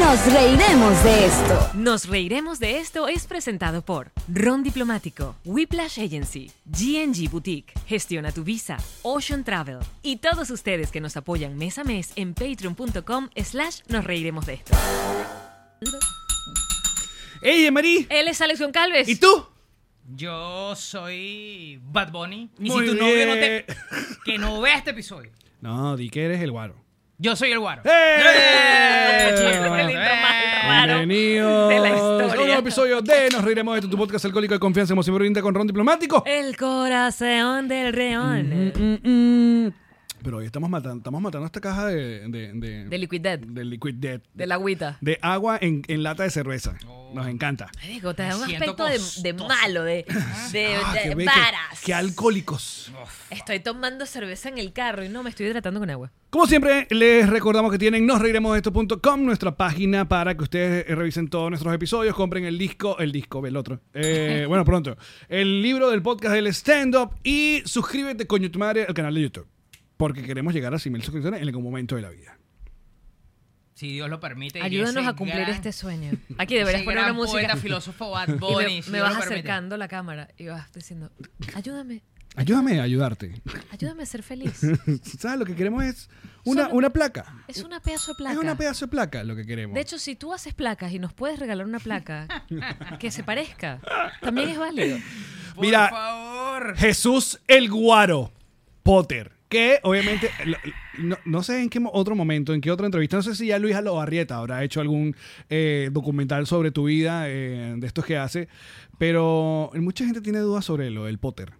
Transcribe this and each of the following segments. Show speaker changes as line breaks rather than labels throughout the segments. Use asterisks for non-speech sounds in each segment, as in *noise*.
Nos reiremos de esto.
Nos reiremos de esto es presentado por Ron Diplomático, Whiplash Agency, GNG Boutique, Gestiona tu Visa, Ocean Travel y todos ustedes que nos apoyan mes a mes en patreon.com slash nos reiremos de esto.
¡Ey, Marí!
Él es Alex Goncalves.
¿Y tú?
Yo soy Bad Bunny. Y
Muy
si tu novio no
bien.
te. Que no vea este episodio.
No, di que eres el guaro.
Yo soy el guaro.
¡Eh!
¡Eh!
El intro más raro
Bienvenido
de la
a un nuevo
historia.
episodio de Nos Reiremos de Esto, tu podcast alcohólico de confianza emoción brinda con Ron Diplomático.
El corazón del reón.
Mm, mm. Pero hoy estamos matando, estamos matando esta caja de, de, de,
De Liquid Death.
de Liquid Death.
De la agüita.
De agua en, en lata de cerveza. Nos encanta.
Marico, te da un
siento
aspecto de, de
costoso.
malo, de, de,
Ah,
Eh, de-
qué bello,
varas.
qué alcohólicos.
Estoy tomando cerveza en el carro y no me estoy hidratando con agua.
Como siempre, les recordamos que tienen nosreiremosdeesto.com, nuestra página para que ustedes eh, revisen todos nuestros episodios, compren el disco, el disco, el otro.
*laughs*
Eh, bueno, pronto. El libro del podcast del stand-up y suscríbete, coño tu madre, al canal de YouTube. Porque queremos llegar a 100.000 suscriptores en algún momento de la vida.
Si Dios lo permite. y
Ayúdanos
ese
a cumplir
gran-
este
*laughs*
sueño. Aquí deberías
ese
poner una
gran
música.
Poeta, filósofo
*laughs*
Bad
Y
Bunny.
me
si
me
Dios
vas
lo permite.
acercando la cámara y vas diciendo, ayúdame,
Ayúdame a ayudarte. *laughs*
ayúdame a ser feliz.
¿Sabes? Lo que queremos es *laughs* una,
Solo-
una placa.
Es una pedazo de placa.
Es una pedazo de placa lo que queremos.
De hecho, si tú haces placas y nos puedes regalar una placa que se parezca, también es válido.
Por
Mira.
favor.
Jesús el Guaro Potter. Que obviamente, lo- no, no sé en qué mo- otro momento, en qué otra entrevista, no sé si ya Luis Barrieta habrá hecho algún eh, documental sobre tu vida, eh, de estos que hace, pero mucha gente tiene dudas sobre lo del Potter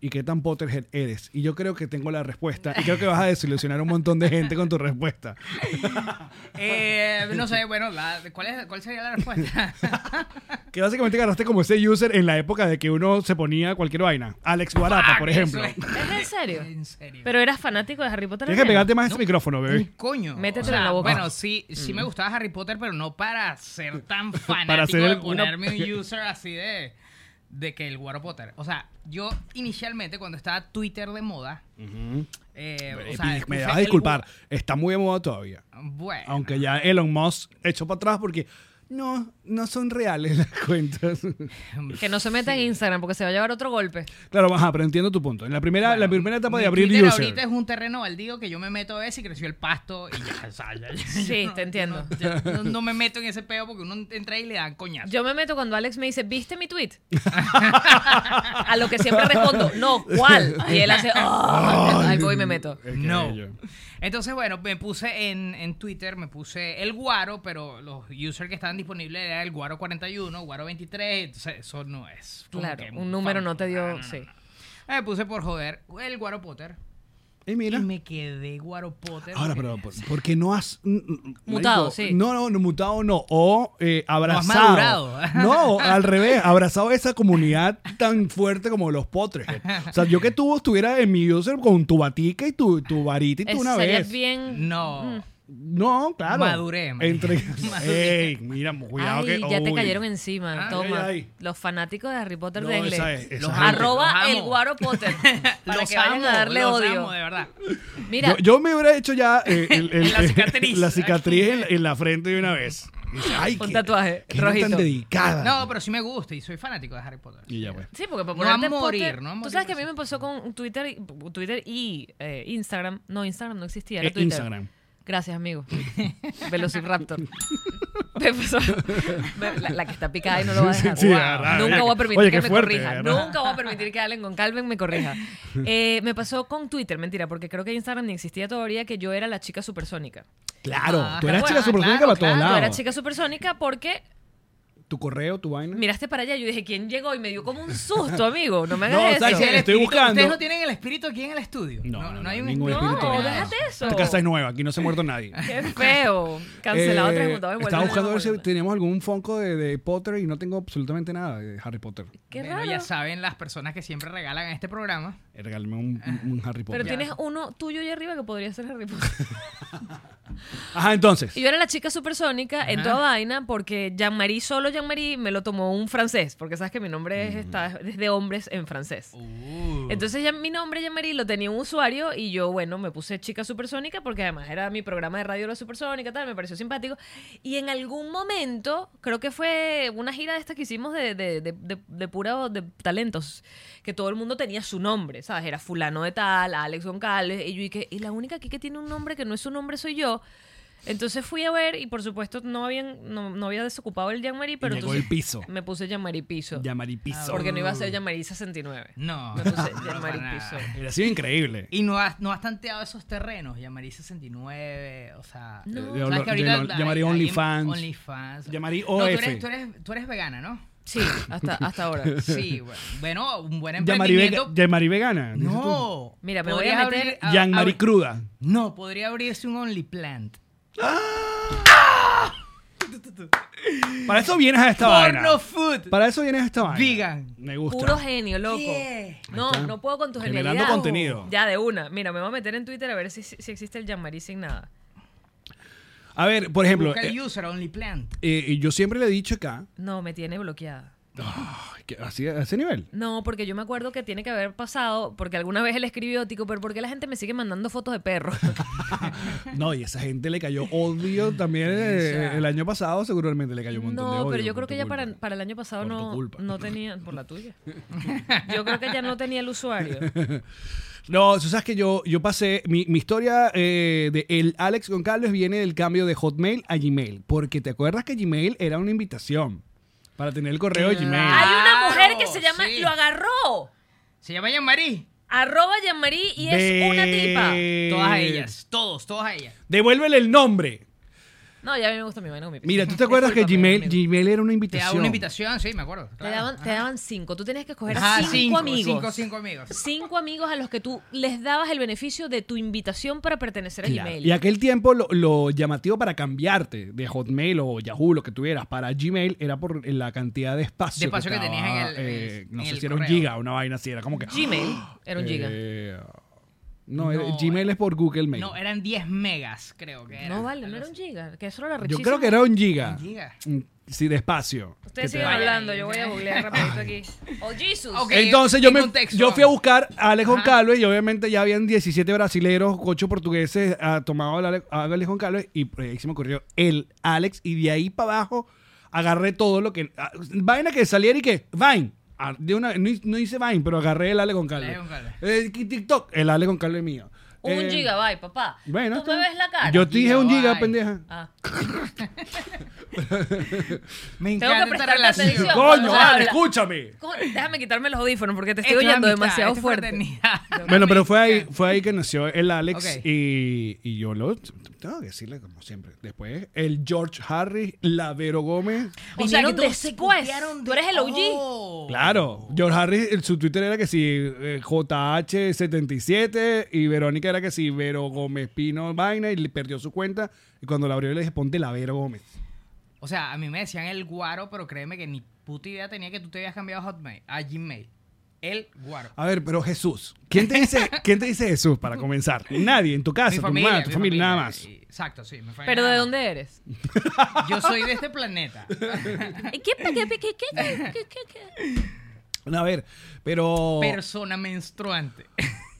y qué tan Potterhead eres. Y yo creo que tengo la respuesta y creo que vas a desilusionar a un montón de gente con tu respuesta.
Eh, no sé, bueno, la- ¿cuál, es- ¿cuál sería la respuesta? *laughs*
Que básicamente agarraste como ese user en la época de que uno se ponía cualquier vaina. Alex Guarata, por
Eso
ejemplo.
es.
¿Es en serio?
Ah, En serio.
Pero eras fanático de Harry Potter.
Tienes que
también?
pegarte más a este micrófono, bebé.
Coño.
Métetelo
o sea,
en la boca. Mm.
Bueno, sí, sí me gustaba Harry Potter, pero no para
*laughs*
ser tan fanático
ser
de
el- una- *laughs*
ponerme un user así de, de que el Guaro Potter. O sea, yo inicialmente cuando estaba Twitter de moda, eh, o
Eh,
sea,
me
usé
vas a
el
disculpar, está muy de moda todavía.
Gu- Bueno, *laughs*
Aunque ya Elon Musk echó para atrás porque no, no son reales las *laughs* cuentas.
Que no se meta en Instagram porque se va a llevar otro golpe.
claro, baja, pero entiendo tu punto. En la primera, la primera etapa de
mi
abrir
Twitter
user.
ahorita es un terreno baldío que yo me meto a ese y creció el pasto y ya, o sea, ya- ya-
Sí,
yo no-
te entiendo.
yo No, yo no me meto en ese peo porque uno entra y le dan coñazo.
Yo me meto cuando Alex me dice, ¿viste mi tweet? *laughs* a lo que siempre respondo, no, ¿cuál? Y él hace, "Ah",
Ay,
ahí voy y me meto.
qué
No.
bello.
Entonces, bueno, me puse en, en Twitter, me puse el Guaro, pero los users que estaban disponibles era el Guaro 41, Guaro 23, entonces eso no es. como
Claro,
que
un número no te dio,
famoso.
sí.
Me puse por joder el Guaro Potter.
Y mira,
Y me quedé Guaro Potter.
ahora,
porque-
pero ¿por, por qué no has. mm, mm,
Mutado,
marico,
sí.
No, no, no, mutado no. O eh, abrazado.
madurado.
*laughs* no, al revés, abrazado esa comunidad tan fuerte como los potres. O sea, yo que tú estuviera en mi user con tu batica y tu, tu varita y tu
Es-
una
sería
vez.
bien...
No.
No, claro.
Maduré,
*laughs*
man.
Entre...
Maduré.
Ey, mira, cuidado
Ay,
que...
ya te
uy.
cayeron encima.
Ay,
Toma.
ay, ay.
Los fanáticos de Harry Potter
No,
de
esa es- esa
los
gente.
arroba
Los amo.
el guaro Potter. Para
los
que
amo,
vayan a darle
los
odio.
amo, de verdad.
Mira,
Yo, yo me hubiera hecho ya
*laughs*
eh, el- el-
La
*laughs*
cicatriz.
la cicatriz en, la- en la frente de una vez. Dice, Ay,
Un
qué-
tatuaje
qué no tan
rojito.
dedicada.
No, pero sí me gusta y soy fanático de Harry Potter.
Y ya, pues.
Sí, porque para
No a
ponerte
morir,
Potter-
no a
Tú
morir,
sabes que a
sí.
mí me pasó con Twitter, y- Twitter y eh, Instagram. No, Instagram no existía, era
Eh,
Twitter.
Instagram.
Gracias,
*laughs*
amigo. Velociraptor. Me pasó- me- la, la que está picada y no lo va a
Sí,
dejar.
sí, la verdad,
Nunca
la
voy a
que-
permitir
oye,
que
qué
me
fuerte,
corrija.
¿verdad?
Nunca voy a permitir que Allen con Calvin me
*laughs*
corrija. Eh, me pasó con Twitter, mentira, porque creo que Instagram ni existía todavía, que yo era la chica supersónica.
Claro,
Ah,
tú eras
bueno,
chica supersónica
claro,
para todos
claro,
Yo
lados.
era chica supersónica porque
Tu correo, tu vaina.
miraste para allá y yo dije, ¿quién llegó? Y me dio como un susto, amigo. No me hagas
No,
eso.
¿sabes qué?
El
Estoy
espíritu-
buscando.
Ustedes no tienen el espíritu aquí en el estudio.
No, no, no,
hay un
ningún
espíritu.
espíritu
No,
ni nada.
déjate eso.
Esta casa es nueva, aquí no se ha muerto nadie.
Qué feo. *laughs* Cancelado,
Eh,
transmutado, envuelto.
Estaba
no
buscando a ver si
devuelto.
teníamos algún fonco de, de Potter y no tengo absolutamente nada de Harry Potter.
Qué
Bueno,
raro.
ya saben las personas que siempre regalan en este programa.
Eh, Regálame un, un- un Harry Potter.
Pero tienes uno tuyo ahí arriba que podría ser Harry Potter.
Ajá, entonces.
Y yo era la chica supersónica en toda vaina porque Jean-Marie, solo Jean-Marie, me lo tomó un francés, porque sabes que mi nombre
Mm.
es, está, es de hombres en francés. Entonces ya mi nombre, Jean-Marie, lo tenía un usuario y yo, bueno, me puse chica supersónica porque además era mi programa de radio La Supersónica, tal, me pareció simpático. Y en algún momento, creo que fue una gira de estas que hicimos de, de, de, de- de pura de talentos, que todo el mundo tenía su nombre, ¿sabes? Era fulano de tal, Alex Goncalves, y yo dije, y la única aquí que tiene un nombre que no es su nombre soy yo. Entonces fui a ver y por supuesto no, habían, no, no había desocupado el Jean-Marie, pero
llegó
entonces
el piso.
me puse Jean-Marie Piso.
Llamaripiso.
Ah, Porque no iba a ser Jean-Marie 69.
No.
Me
*laughs*
puse
no,
Jean-Marie
para nada.
Piso.
Era así increíble.
Y no has, no has tanteado esos terrenos, Yamari 69, o sea...
No.
¿sabes
Yo lo-
que ahorita
yo lo-
la-
llamaría
hay- hay
OnlyFans.
OnlyFans.
Llamaría
No, tú
OF.
eres- tú, eres, tú eres vegana, ¿no?
*laughs*
Sí, hasta, hasta ahora.
Sí, bueno. Bueno, un buen
Yamari,
emprendimiento...
vega- Yamari vegana. dices tú.
No.
Mira, me voy a
Podrías
meter-
a-
ah,
Jean-Marie
abrir-
cruda.
No, podría abrirse un OnlyPlant.
Para eso vienes a esta vaina.
Porno food.
Para eso vienes a esta vaina.
Vegan.
Me gusta.
Puro genio, loco.
Yeah.
No,
Ahí está.
no puedo con tu
Generando
genialidad.
contenido.
Ya de una. Mira, me voy a meter en Twitter a ver si, si existe el Jean-Marie sin nada.
A ver, por ejemplo,
Busca el
eh,
user OnlyPlant.
eh, y yo siempre le he dicho acá,
No, me tiene bloqueada.
ay, que así a ese nivel.
No, porque yo me acuerdo que tiene que haber pasado, porque alguna vez él escribió, tico, pero ¿por qué la gente me sigue mandando fotos de
*laughs*
perros?
No, y a esa gente le cayó odio
*laughs*
también eh, el año pasado, seguramente le cayó un montón de odio.
No, pero yo
por
creo que
tu
ya
culpa.
para, para el año pasado
Por tu
no,
culpa.
no
*laughs*
tenía, por la tuya. Yo creo que ya no tenía el
*laughs*
usuario.
No, tú sabes que yo, yo pasé. Mi, mi historia eh, de el Alex Goncalves viene del cambio de Hotmail a Gmail. Porque te acuerdas que Gmail era una invitación para tener el correo de Gmail.
Hay una mujer que
Claro,
se llama,
sí.
lo agarró.
Se llama Yamari.
Arroba Jean-Marie y es una tipa.
Ve-
Todas ellas. Todos, todas ellas.
Devuélvele el nombre.
No, ya a mí me gusta mi vaina con mi pizza.
Mira, ¿tú te acuerdas que
Discúlpame,
Gmail,
amigo.
Gmail era una
Te
invitación?
daban una invitación, sí, me acuerdo.
Te
claro.
daban, te daban cinco. Tú tenías que escoger a
Ajá,
cinco, amigos.
Cinco, cinco amigos.
Cinco amigos a los que tú les dabas el beneficio de tu invitación para pertenecer a
Claro.
Gmail.
Y aquel tiempo lo, lo llamativo para cambiarte de Hotmail o Yahoo, lo que tuvieras, para Gmail era por la cantidad de espacio.
De espacio que tenías en el-
eh,
en
no sé
el
si era un
correo.
giga, una vaina así, era como que.
Gmail era un giga.
*gasps* Eh, no, era-
No,
Gmail es por Google Mail.
No, eran 10 megas, creo que era.
no vale, no era un giga. Que eso era
Yo
rechísimo.
creo que era un giga.
Un giga.
Mm, Sí, de espacio. Que
Ustedes
te ¿eh?
siguen
da.
hablando, yo voy a googlear rapidito aquí.
*laughs*
Oh, Jesus.
Ok.
Entonces
¿en
yo, me,
contexto?
yo fui a buscar a Alex Goncalves y obviamente ya habían 17 brasileros, 8 portugueses ah, tomado a Ale- a Alex Goncalves y por ahí se me ocurrió el Alex y de ahí para abajo agarré todo lo que... ah, vaina que saliera y que... Vine. Ah, de una, no, hi- no hice Vine, pero agarré el Alex Goncalves.
Alex Goncalves.
Eh, que TikTok, el Alex Goncalves mío.
Un
Eh,
gigabyte, papá.
Bueno,
¿Tú
está
me
bien.
ves la cara?
Yo te dije un giga,
Gigabyte.
pendeja.
Ah.
Me
Tengo que
encanta esta
prestarte
relación.
atención.
Coño,
Vamos a
vale,
hablar.
escúchame.
Coño, Déjame quitarme los audífonos porque te
Esto
estoy
es
oyendo
amistad,
demasiado
esto es
fuerte.
fraternidad.
*laughs* Bueno, pero fue ahí, fue ahí que nació el Alex
Ok.
y, y yo lo tengo que decirle como siempre. Después el George Harris, Lavero
O
Gómez.
sea, que
Vinieron todos, se
después.
copiaron
Tú
de-
eres el OG.
Oh.
Claro, George Harris, el- su Twitter era que si eh, JH77 y Verónica era que si Vero Gómez Pino Vaina y le perdió su cuenta. Y cuando la abrió le dije, ponte Lavero Gómez.
O sea, a mí me decían el guaro, pero créeme que ni puta idea tenía que tú te habías cambiado a Hotmail, a Gmail. El guaro.
A ver, pero Jesús. ¿Quién te dice, ¿quién te dice Jesús para comenzar? Nadie, en tu casa, Ah, tu mamá, tu
mi
familia, nada
familia,
más.
y- Exacto, sí. me fue
¿Pero
nada
de
más.
dónde eres?
Yo soy de
*laughs*
este planeta.
¿Qué, qué, qué, qué, qué, qué, qué, qué, qué?
A ver, pero.
Persona menstruante.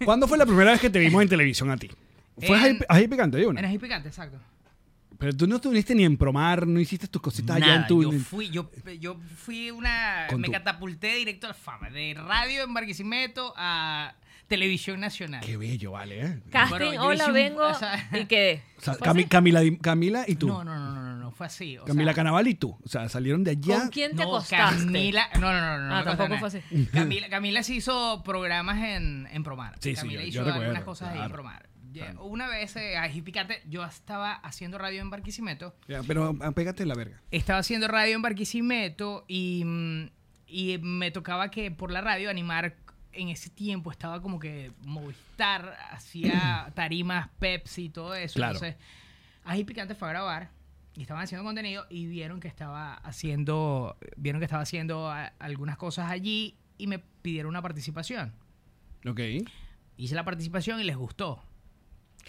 ¿Cuándo fue la primera vez que te vimos en televisión a ti? Fue
En-
ahí, ahí picante, hay una.
Eres picante, exacto.
Pero tú no estuviste ni en promar, no hiciste tus cositas allá en
Nada,
tu.
yo fui, yo, yo fui una.
Con
Me
tu-
catapulté directo a la fama. De radio en Barquisimeto a televisión nacional.
Qué bello, vale, ¿eh?
Casting,
yo hice
hola,
un-
vengo.
o sea-
¿Y qué?
*laughs* O sea, Cami- Camila, Di- Camila y tú.
No, no, no, no, no, no, fue así. O
Camila
sea,
Canaval y tú. O sea, salieron de allá.
¿Con quién te
no,
acostaste?
Camila, no, no, no, no, no.
Ah,
me acosté
tampoco
nada.
fue así.
*laughs*
Camila, Camila sí hizo programas en, en Promar.
Sí, sí,
Camila
yo- yo
hizo
recuerdo,
algunas cosas ahí en
claro.
Promar. Ya, Una vez, eh, ay, picante, yo estaba haciendo radio en Barquisimeto.
Ya, pero ah, pégate la verga.
Estaba haciendo radio en Barquisimeto y, mm, y me tocaba que por la radio animar. En ese tiempo estaba como que Movistar hacía tarimas, Pepsi y todo eso.
Claro.
Entonces, Ají Picante fue a grabar y estaban haciendo contenido y vieron que estaba haciendo, vieron que estaba haciendo a- algunas cosas allí y me pidieron una participación.
Ok.
Hice la participación y les gustó.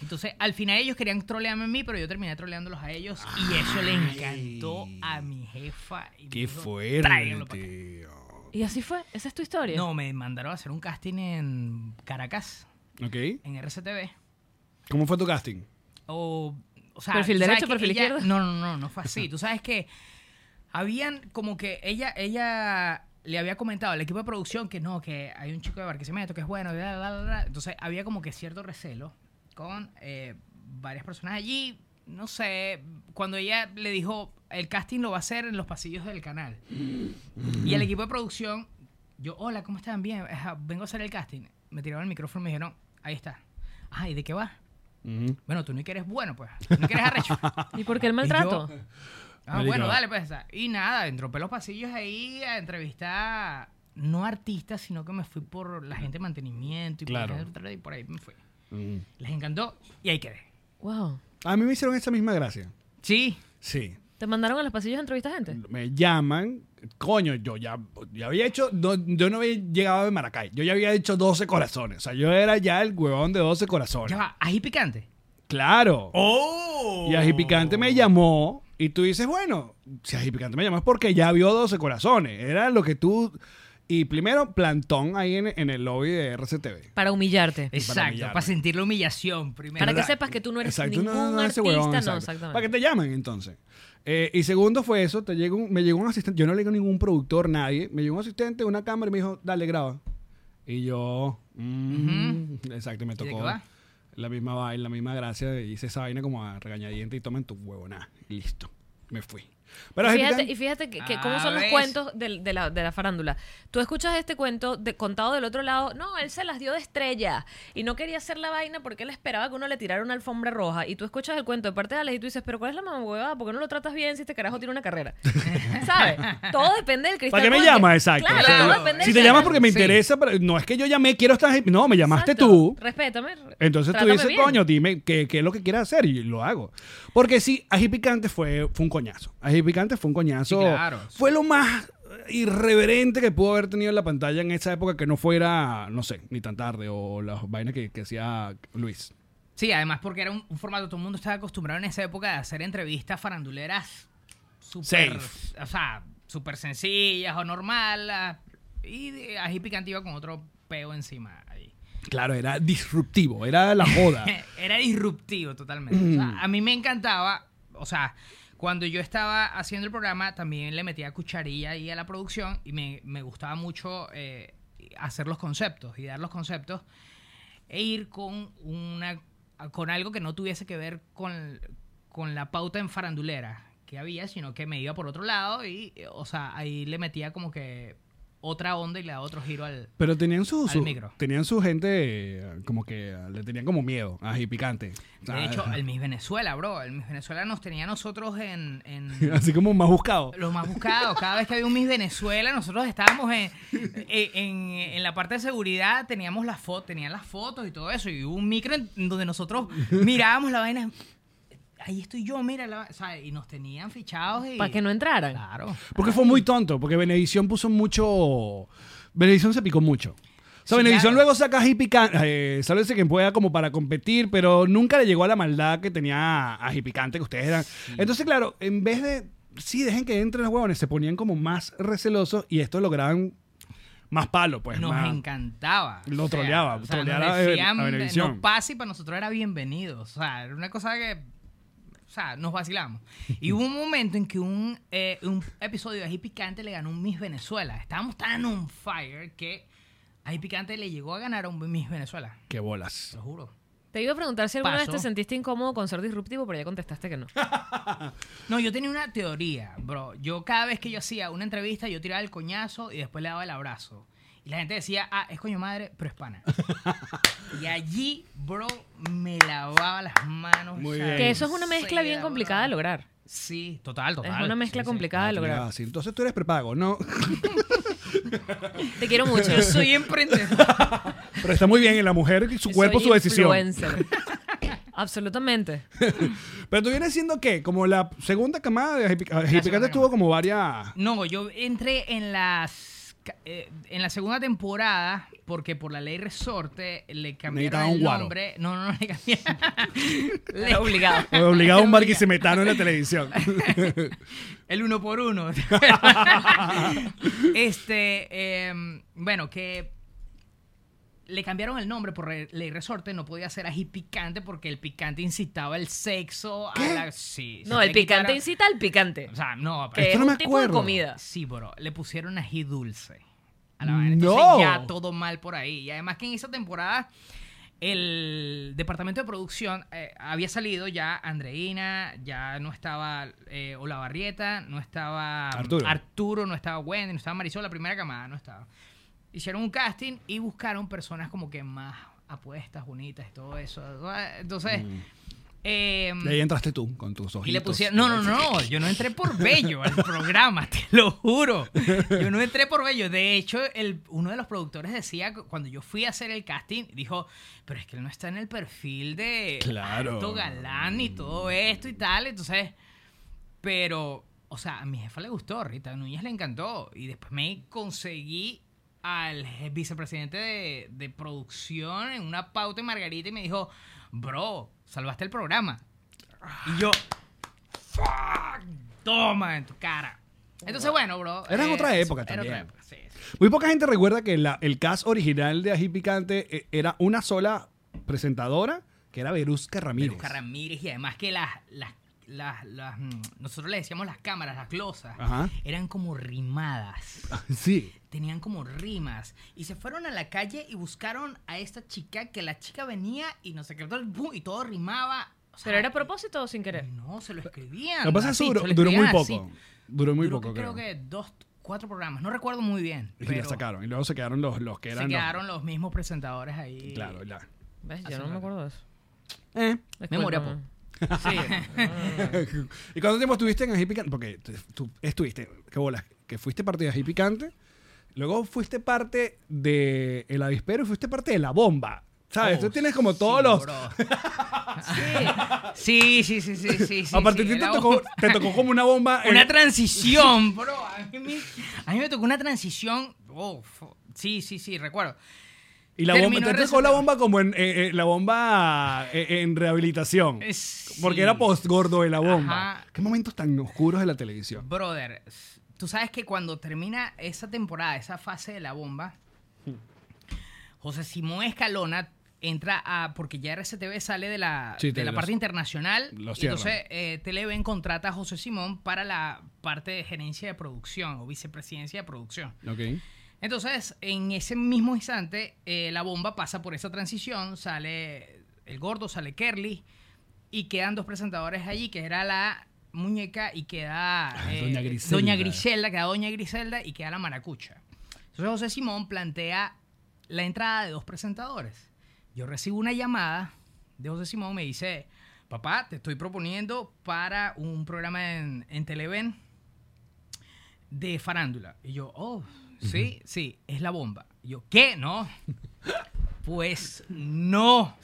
Entonces, al final ellos querían trolearme a mí, pero yo terminé troleándolos a ellos y eso le encantó a mi jefa. Y
Qué
dijo, "Tráiganlo para acá".
fuerte.
Y así fue, esa es tu historia.
No, me mandaron a hacer un casting en Caracas,
Ok.
en RCTV.
¿Cómo fue tu casting?
O, o sea,
¿Perfil
tú sabes
derecho,
que
perfil
ella-
izquierdo?
No, no, no, no fue así. Tú sabes que habían como que ella, ella le había comentado al equipo de producción que no, que hay un chico de Barquisimeto que es bueno, bla, bla, bla, bla. Entonces había como que cierto recelo con eh, varias personas allí. No sé, cuando ella le dijo, el casting lo va a hacer en los pasillos del canal. Y el equipo de producción, yo, hola, ¿cómo están? Bien, ajá, vengo a hacer el casting. Me tiraron el micrófono y me dijeron, ahí está. Ay, ¿de qué va? Bueno, tú no que eres bueno, pues. Tú no que eres arrecho.
¿Y por qué el maltrato?
Y yo- ah,
Marica.
bueno, dale, pues. esa. Y nada, entropé los pasillos ahí a entrevistar, no artistas, sino que me fui por la gente de mantenimiento y, por
Claro.
la gente de- y por ahí me fui.
Mm.
Les encantó y ahí quedé.
Wow.
A mí me hicieron esa misma gracia.
Sí.
Sí.
¿Te mandaron a los pasillos a entrevistar gente?
Me llaman. Coño, yo ya, ya había hecho. no- yo no había llegado de Maracay. Yo ya había hecho 12 corazones. O sea, yo era ya el huevón de 12 corazones.
Ya va, ají picante.
Claro.
¡Oh!
Y Ají Picante me llamó y tú dices, bueno, si Ají Picante me llamó es porque ya vio 12 corazones. Era lo que tú... Y primero, plantón ahí en, en el lobby de RCTV.
Para humillarte.
Exacto, para,
humillarme.
sentir la humillación primero.
Para que
¿Verdad?
sepas que tú no eres ningún
ese
artista,
huevón,
no,
exacto.
exactamente.
Para que te llamen, entonces. Eh, y segundo fue eso, te llegó un- me llegó un asistente, yo no le digo ningún productor, nadie, me llegó un asistente, una cámara y me dijo, dale, graba. Y yo, mm, exacto, y me
de qué
tocó
va?
la misma vaina, la misma gracia, y hice esa vaina como a regañadiente y tomen tu huevona. Y listo, me fui. Pero Ají
Fíjate,
Picante-
y fíjate que, que cómo
Ah,
son los
¿ves?
cuentos del- de, la, de la farándula. Tú escuchas este cuento de, contado del otro lado, no, él se las dio de estrella y no quería hacer la vaina porque él esperaba que uno le tirara una alfombra roja. Y tú escuchas el cuento de parte de Alex y tú dices, pero ¿cuál es la mamá huevada? ¿Por qué no lo tratas bien si este carajo tiene una
*laughs*
carrera? ¿Sabes? Todo depende del cristal.
¿Para qué me
con el
llamas? Exacto.
Claro,
O sea,
todo
yo-
depende
si
del
te
canal.
llamas porque me
Sí.
interesa, pero no es que yo llamé, quiero estar. ahí. No, me llamaste
Exacto.
tú.
Respétame.
Entonces tú
trátame
dices,
bien.
coño, dime qué, qué es lo que quieres hacer y lo hago. Porque sí, Ají Picante fue, fue un coñazo. Ají Picante fue un coñazo.
Sí, claro.
Fue lo más irreverente que pudo haber tenido en la pantalla en esa época que no fuera, no sé, ni tan tarde o las vainas que, que hacía Luis.
Sí, además porque era un, un formato, todo el mundo estaba acostumbrado en esa época de hacer entrevistas faranduleras súper,
Safe.
o sea, súper sencillas o normal ah, y de- ají picante iba con otro peo encima ahí.
Claro, era disruptivo, era la joda.
*laughs* Era disruptivo totalmente. O sea, a mí me encantaba, o sea, cuando yo estaba haciendo el programa también le metía cucharilla ahí a la producción y me, me gustaba mucho eh, hacer los conceptos y dar los conceptos e ir con una con algo que no tuviese que ver con, con la pauta en farandulera que había, sino que me iba por otro lado y, eh, o sea, ahí le metía como que otra onda y le daba otro giro al...
Pero tenían su,
Al
su-
micro.
tenían su gente eh, como que eh, le tenían como miedo a Ají Picante. Ah. O sea,
De hecho, el Miss Venezuela, bro. El Miss Venezuela nos tenía a nosotros en,
*laughs* *laughs*
en
así como más buscado.
los más buscados. Cada vez que había un Miss Venezuela, nosotros estábamos en, en, en la parte de seguridad, teníamos las fotos, tenían las fotos y todo eso. Y hubo un micro en donde nosotros mirábamos la vaina. Ahí estoy yo, mira, la, o sea, y nos tenían fichados y...
Para que no entraran.
Claro.
Porque fue muy tonto, porque Benedición puso mucho. Benedición se picó mucho. O sea,
Sí,
Benedición
claro.
luego saca Ají Picante. Eh, sálvese quien pueda, como para competir, pero nunca le llegó a la maldad que tenía Ají Picante, que ustedes eran. Entonces, claro, en vez de. Sí, dejen que entren los huevones, se ponían como más recelosos y esto lograban más palo, pues.
Nos
más-
encantaba.
Lo
O sea,
troleaba,
o sea, nos
trolear a Bene-
decían,
a Venevisión.
No pase y para nosotros era bienvenido. O sea, era una cosa que. O sea, nos vacilamos. Y hubo un momento en que un, eh, un episodio de Ají Picante le ganó un Miss Venezuela. Estábamos tan on fire que Ají Picante le llegó a ganar a un Miss Venezuela.
Qué bolas.
Te lo juro.
Te iba a preguntar si alguna
Pasó.
vez te sentiste incómodo con ser disruptivo, pero ya contestaste que no.
No, yo tenía una teoría, bro. Yo cada vez que yo hacía una entrevista, yo tiraba el coñazo y después le daba el abrazo. Y la gente decía, ah, es coño madre, pero es
*laughs*
pana. y allí, bro, me lavaba las manos.
Muy
o sea,
bien.
Que eso es una mezcla bien
enseguida, bro.
complicada de lograr.
Sí, total,
Es
total.
una mezcla
Sí, sí.
complicada de
Ah,
lograr.
sí, Entonces tú eres prepago, ¿no? *laughs*
Te quiero mucho.
Yo
*laughs*
soy emprendedor.
Pero está muy bien en la mujer, su
Soy
cuerpo, su decisión.
influencer. *laughs* Absolutamente.
*laughs*
Pero tú vienes siendo qué? Como la segunda camada de Ají Pic- Ají
segunda
Picante tuvo
camada.
como varias.
no, yo entré en las ca- eh, en la segunda temporada, porque por la ley resorte le cambiaron
Necesitaba un
el
guaro.
nombre. No, no, no, le cambiaron. le-
Era obligado.
*laughs*
Obligado a un barquisimetano en la televisión. *laughs*
El uno
*laughs*
por uno. este, em, bueno, que le cambiaron el nombre por re- ley resorte, no podía ser ají picante porque el picante incitaba el sexo a la... Sí, se
No, el
le quitaron-
picante incita al picante.
O sea, no,
Que
Esto
es
no me
un tipo de
acuerdo.
comida.
Sí, bro, le pusieron ají dulce. A la vaina.
No.
Entonces ya todo mal por ahí. Y además que en esa temporada el departamento de producción eh, había salido ya Andreina, ya no estaba eh, Olavarrieta, no estaba mm,
Arturo.
Arturo, no estaba Wendy, no estaba Marisol, la primera camada no estaba. Hicieron un casting y buscaron personas como que más apuestas, bonitas y todo eso. Entonces,
Mm.
em,
Y ahí entraste tú con tus ojitos.
y le pusieron. No, no, no. Yo no entré por bello al programa, te lo juro. Yo no entré por bello. De hecho, el, uno de los productores decía, cu- cuando yo fui a hacer el casting, dijo: Pero es que él no está en el perfil de.
Claro.
Alto galán y todo esto y tal. Entonces. Pero. O sea, a mi jefa le gustó, Rita Núñez le encantó. Y después me conseguí al je- vicepresidente de, de producción en una pauta en Margarita y me dijo, bro, salvaste el programa. Y yo, fuck, toma en tu cara. Entonces, bueno, bro. eh,
Era en otra época
era
también.
otra época, sí, sí.
Muy poca gente recuerda que la- el cast original de Ají Picante eh, era una sola presentadora, que era Verusca Ramírez.
Veruca Ramírez y además que las, las, las, las, mm, nosotros le decíamos las cámaras, las glosas,
Ajá.
eran como rimadas.
*laughs* Sí.
Tenían como rimas. Y se fueron a la calle y buscaron a esta chica, que la chica venía y no sé qué, ¡pum! y todo rimaba. O sea,
¿Pero era a propósito o sin querer?
No, se lo escribían.
Lo que pasa es que
Ah, así,
duró,
se lo
duró muy
escribían así.
poco. Duró muy
Duró
poco,
que creo.
creo.
que dos, cuatro programas. No recuerdo muy bien.
Y
pero
la sacaron. Y luego se quedaron los, los que eran.
se
los-
quedaron los mismos presentadores ahí.
Claro, *laughs* ya.
¿Ves? Yo
Hace
no me
rato.
acuerdo de eso.
Eh.
Discúlpame.
Memoria, po.
Sí.
*laughs* ¿Y cuánto tiempo estuviste en Ají Picante? Porque te- tú estuviste, qué bolas, que fuiste parte de Ají Picante, luego fuiste parte de El Avispero y fuiste parte de La Bomba. ¿Sabes?
Oh,
tú tienes como todos
sí,
los...
bro. sí, sí, sí, sí, sí, sí.
Aparte,
sí,
a ti te,
era
tocó, te tocó como una bomba. en-
Una transición, bro. A mí, me, a mí me tocó una transición. oh, fu- sí, sí, sí, recuerdo.
y la bomba,
terminó
te
el
tocó la
resultado.
bomba como en, eh, eh, la bomba eh, en rehabilitación.
Es-
Porque
sí.
era post-gordo de la bomba.
Ajá.
Qué momentos tan oscuros de la televisión.
Brother, tú sabes que cuando termina esa temporada, esa fase de la bomba,
Hmm.
José Simón Escalona entra a. Porque ya RCTV sale de la,
Sí,
de
te-
la
los-
parte internacional.
los
y
cierran.
entonces eh, Televen contrata a José Simón para la parte de gerencia de producción o vicepresidencia de producción.
Ok.
Entonces, en ese mismo instante, eh, la bomba pasa por esa transición, sale el gordo, sale Kerly, y quedan dos presentadores allí, que era la muñeca y queda
Ah,
eh,
Doña Griselda.
Doña Griselda, queda Doña Griselda y queda la maracucha. Entonces José Simón plantea la entrada de dos presentadores. Yo recibo una llamada de José Simón, me dice, papá, te estoy proponiendo para un programa en, en Televen de farándula. Y yo, oh, sí, sí, es la bomba. Y yo, ¿qué? No. Pues no.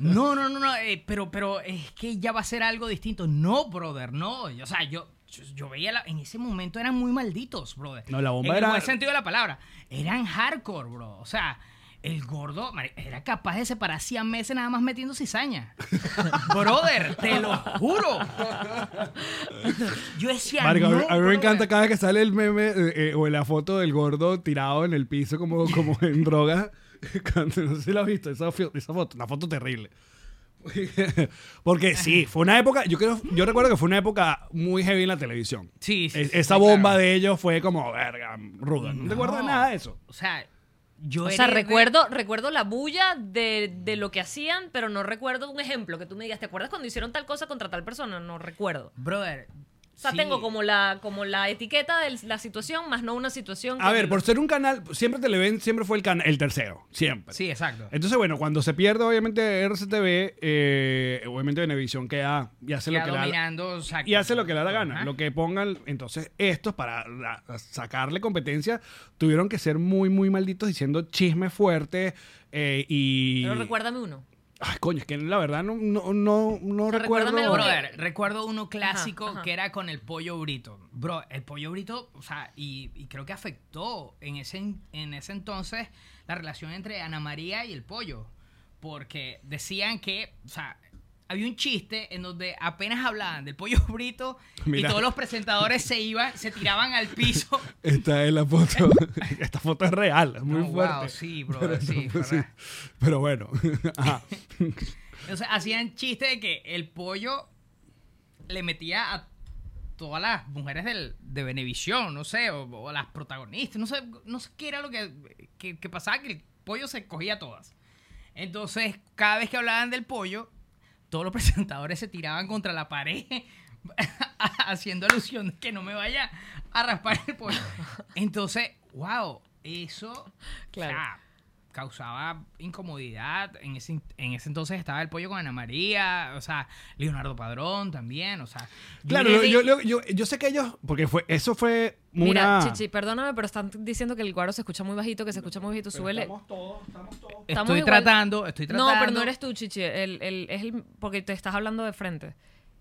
No, no, no, no. eh, pero, pero es que ya va a ser algo distinto. No, brother, no. Y, O sea, yo, yo, yo veía la- en ese momento eran muy malditos, brother.
No, la bomba
en
era-
el buen sentido de la palabra. Eran hardcore, bro. O sea, el gordo mari- era capaz de separar 100 meses nada más
*laughs*
metiendo cizaña. brother, te lo juro. Yo decía.
Marico, a mí- a mí
"No,
me
brother".
encanta cada vez que sale el meme eh, eh, o la foto del gordo tirado en el piso como, como *laughs* en droga. Cuando- no sé si lo has visto, esa, fio- esa foto, una foto terrible. *laughs* Porque sí, fue una época, yo creo, yo recuerdo que fue una época muy heavy en la televisión.
Sí, sí,
Es-
sí,
esa
sí,
bomba
claro.
de ellos fue como verga, ruda. No, te acuerdas
No.
nada de eso.
O sea, yo
O sea,
heredé-
recuerdo, recuerdo la bulla de, de lo que hacían, pero no recuerdo un ejemplo que tú me digas, ¿te acuerdas cuando hicieron tal cosa contra tal persona? No recuerdo.
Brother.
O sea, tengo como la, como la etiqueta de la situación, más no una situación.
A ver, por ser un canal, siempre Televen siempre fue el canal, el tercero, siempre.
Sí, exacto.
Entonces, bueno, cuando se pierde, obviamente, RCTV, eh, obviamente Venevisión queda y hace lo
Queda
que le da la-
dominando, exacto.
y hace lo que le da la gana.
Ajá.
Lo que pongan, entonces estos para la- sacarle competencia tuvieron que ser muy, muy malditos diciendo chismes fuertes eh, y...
Pero recuérdame uno.
Ay, coño, es que la verdad no, no, no, no recuerdo.
Recuérdame algo que-
Brother, recuerdo uno clásico
Ajá, ajá.
que era con el pollo brito. Bro, el pollo brito, o sea, y, y creo que afectó en ese, en- en ese entonces la relación entre Ana María y el pollo. Porque decían que, o sea, había un chiste en donde apenas hablaban del pollo *laughs* brito
Mira.
y todos los presentadores se iban, se tiraban al piso.
Esta es la foto. *laughs* Esta foto es real, es muy
No, wow,
fuerte. *laughs*
sí, brother, sí,
pues,
¿verdad?
Pero bueno. *laughs*
*laughs*
Ajá.
Entonces hacían chiste de que el pollo le metía a todas las mujeres del, de Benevisión, no sé, o, o a las protagonistas, no sé, no sé qué era lo que, que- que pasaba, que el pollo se cogía a todas. Entonces, cada vez que hablaban del pollo, todos los *laughs* presentadores se tiraban contra la pared, *laughs* haciendo alusión de que no me vaya a raspar el pollo. Entonces, wow, eso
Claro.
o sea, causaba incomodidad. En ese, en ese entonces estaba el pollo con Ana María, o sea, Leonardo Padrón también, o sea.
Claro,
viene de-
yo, yo, yo- yo sé que ellos. Porque fue, eso fue una.
Mira, Chichi, perdóname, pero están diciendo que el guaro se escucha muy bajito, que se escucha muy bajito,
Pero
súbele.
Estamos todos, estamos todos.
Estamos
Estoy
igual-
tratando, estoy tratando.
No, pero no eres tú, Chichi. El, el- es el, porque te estás hablando de frente.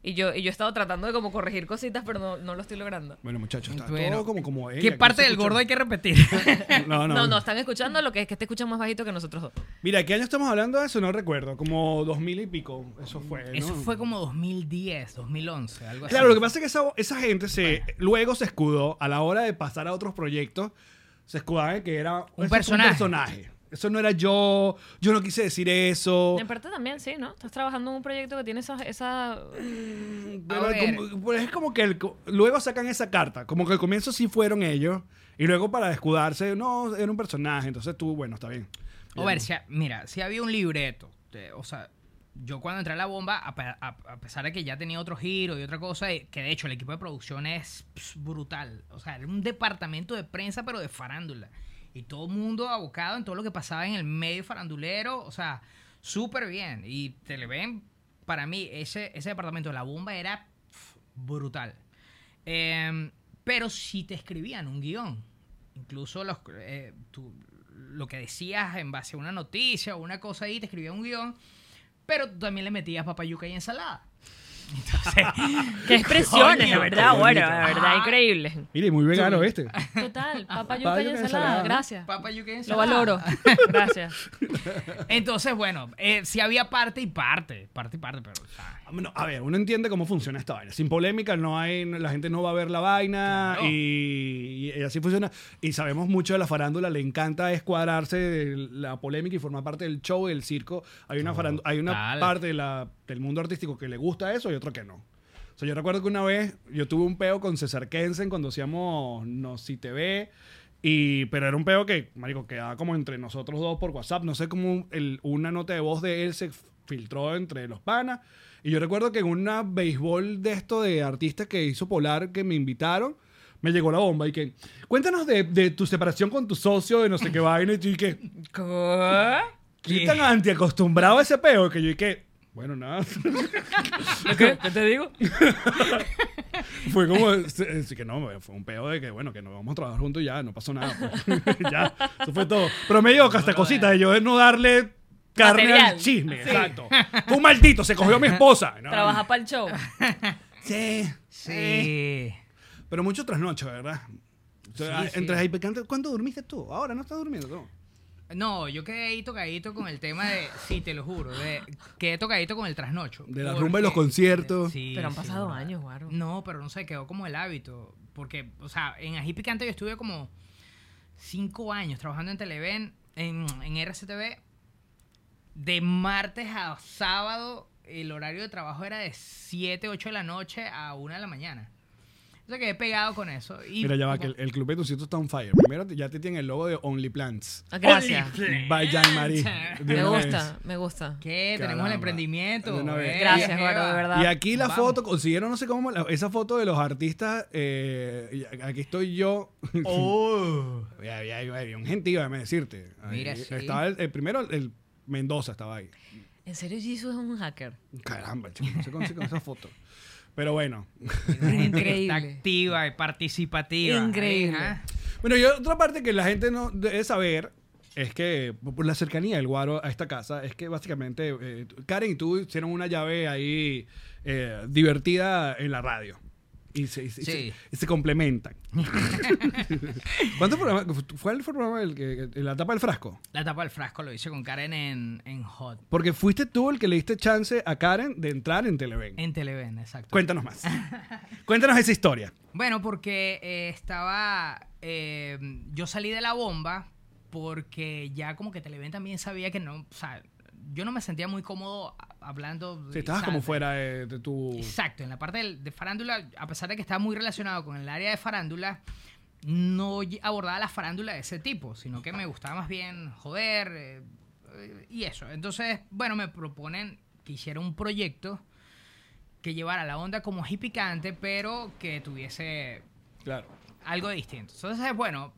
Y yo, y yo he estado tratando de como corregir cositas, pero no, no lo estoy logrando.
Bueno, muchachos, está
Bueno,
todo como, como ella,
¿Qué
que no
parte
se
del gordo hay
escucha.
que
*laughs*
repetir?
No,
No,
*laughs*
no.
no, están escuchando lo que es que te escuchan más bajito que nosotros dos.
Mira, ¿qué año estamos hablando de eso? No recuerdo. Como dos mil y pico. Eso fue. ¿no?
Eso fue como 2010, 2011, algo así.
Claro, lo que pasa es que esa, esa gente se, luego se escudó a la hora de pasar a otros proyectos. Se escudaba en que era eso fue
personaje.
personaje. Eso no era yo. Yo no quise decir eso.
En parte también, sí, ¿no? Estás trabajando en un proyecto que tiene esa... esa...
Pero
A ver.
como- pero es como que el co- luego sacan esa carta. Como que al comienzo sí fueron ellos. Y luego para escudarse, no, era un personaje. Entonces tú, bueno, está bien.
O ver, si ha- mira, si había un libreto, de- o sea, yo cuando entré a la bomba, a, pe- a- a pesar de que ya tenía otro giro y otra cosa, y que de hecho el equipo de producción es pss, brutal, o sea, era un departamento de prensa, pero de farándula. Y todo el mundo abocado en todo lo que pasaba en el medio farandulero, o sea, súper bien. Y te le ven, para mí, ese, ese departamento de la bomba era pf, brutal. Eh, pero si te escribían un guión, incluso los, eh, tú- lo que decías en base a una noticia o una cosa ahí, te escribían un guión, pero tú también le metías papayuca y ensalada. *laughs*
¡Qué expresiones,
Coño,
la verdad!
qué
Bueno,
bonito.
la verdad,
Ah.
increíble.
Mire, muy vegano este.
*laughs* Total, papa, yuca
yuca y
y
ensalada,
ensalada. *laughs*
¿no?
Gracias.
Papayuca y
Lo
ensalada. *laughs*
valoro. Gracias.
Entonces, bueno, eh, sí había parte y parte, parte y parte, pero... o sea,
Bueno, a ver, uno entiende cómo funciona esta vaina. Sin polémica, no hay, la gente no va a ver la vaina
Claro.
y, y así funciona. Y sabemos mucho de la farándula, le encanta escuadrarse de la polémica y formar parte del show, del circo. Hay una, farandu- hay una
Total.
parte de la- del mundo artístico que le gusta eso y otra que no. O sea, yo recuerdo que una vez yo tuve un peo con César Kensen cuando hacíamos No Si TV. Y, pero era un peo que, marico, quedaba como entre nosotros dos por WhatsApp. No sé cómo el- una nota de voz de él se f- filtró entre los panas. Y yo recuerdo que en una béisbol de esto de artistas que hizo Polar que me invitaron, me llegó la bomba y que, cuéntanos de, de tu separación con tu socio, de no sé qué vaina. Y yo y que,
¿Qué?
¿qué tan antiacostumbrado a ese peo? Que yo y que, bueno, nada. *laughs*
¿Qué? te digo?
Fue *laughs* como, se- así que no, fue un peo de que, bueno, que no vamos a trabajar juntos y ya, no pasó nada. pues. *laughs* ya, eso fue todo. Pero me dio que hasta cositas de yo de no darle carne al
Material.
chisme. Exacto. Fue un maldito, se cogió a mi esposa. No,
Trabaja para el show.
Sí.
sí.
Pero mucho trasnocho, ¿verdad? O sea,
Sí, sí.
Entre ahí, ¿cuánto- ¿Cuánto dormiste tú? Ahora no estás durmiendo tú.
No, yo quedé ahí tocadito con el tema de, sí, te lo juro, de, quedé tocadito con el trasnocho.
De la
Porque-
rumba y los conciertos.
Eh,
Sí,
Pero han
sí,
pasado
verdad.
años, Guaro.
No, pero no sé, quedó como el hábito. Porque, o sea, en Ají Picante yo estuve como cinco años trabajando en Televen, en, en RCTV, de martes a sábado, el horario de trabajo era de 7, 8 de la noche a 1 de la mañana. Entonces quedé pegado con eso. Y
Mira, ya va, que el, el club de tus está on fire. Primero te- ya te tienen el logo de Only Plants.
Ah, Gracias.
By Jean-Marie. De
Me
una vez.
gusta, me gusta.
¿Qué? Tenemos
Caramba.
el emprendimiento.
De una vez.
eh,
Gracias,
Eva.
Guaro, de verdad.
Y aquí la
Vamos.
foto, consiguieron no sé cómo, la- esa foto de los artistas, eh, y aquí estoy yo.
Oh.
*laughs* había, había- había un gentío, déjame decirte. Ahí
Mira, sí.
Estaba el, el primero, el Mendoza estaba ahí.
¿En serio Jesus es un
*laughs*
hacker?
Caramba, chico, no sé cómo se con esa foto. Pero bueno.
Increíble.
Está activa y participativa.
Increíble.
Ajá.
Bueno, y otra parte que la gente no debe saber es que por la cercanía del Guaro a esta casa, es que básicamente eh, Karen y tú hicieron una llave ahí eh, divertida en la radio. Y se, y se- y
Sí.
se- y se complementan. *laughs* ¿Cuántos programas? ¿Cuál fue el programa del que, la tapa del frasco?
La tapa del frasco lo hice con Karen en, en Hot,
Porque fuiste tú el que le diste chance a Karen de entrar en Televen.
en Televen, exacto.
Cuéntanos más. Cuéntanos esa historia.
*laughs* Bueno, porque eh, estaba. eh, yo salí de la bomba porque ya como que Televen también sabía que no. O sea, yo no me sentía muy cómodo a- hablando.
Si
de-
estabas
o sea,
como fuera de, de tu...
Exacto, en la parte del- de farándula, a pesar de que estaba muy relacionado con el área de farándula, no ll- abordaba la farándula de ese tipo, sino que me gustaba más bien joder eh, eh, y eso. Entonces, bueno, me proponen que hiciera un proyecto que llevara la onda como hipicante, pero que tuviese
Claro.
algo distinto. Entonces, bueno,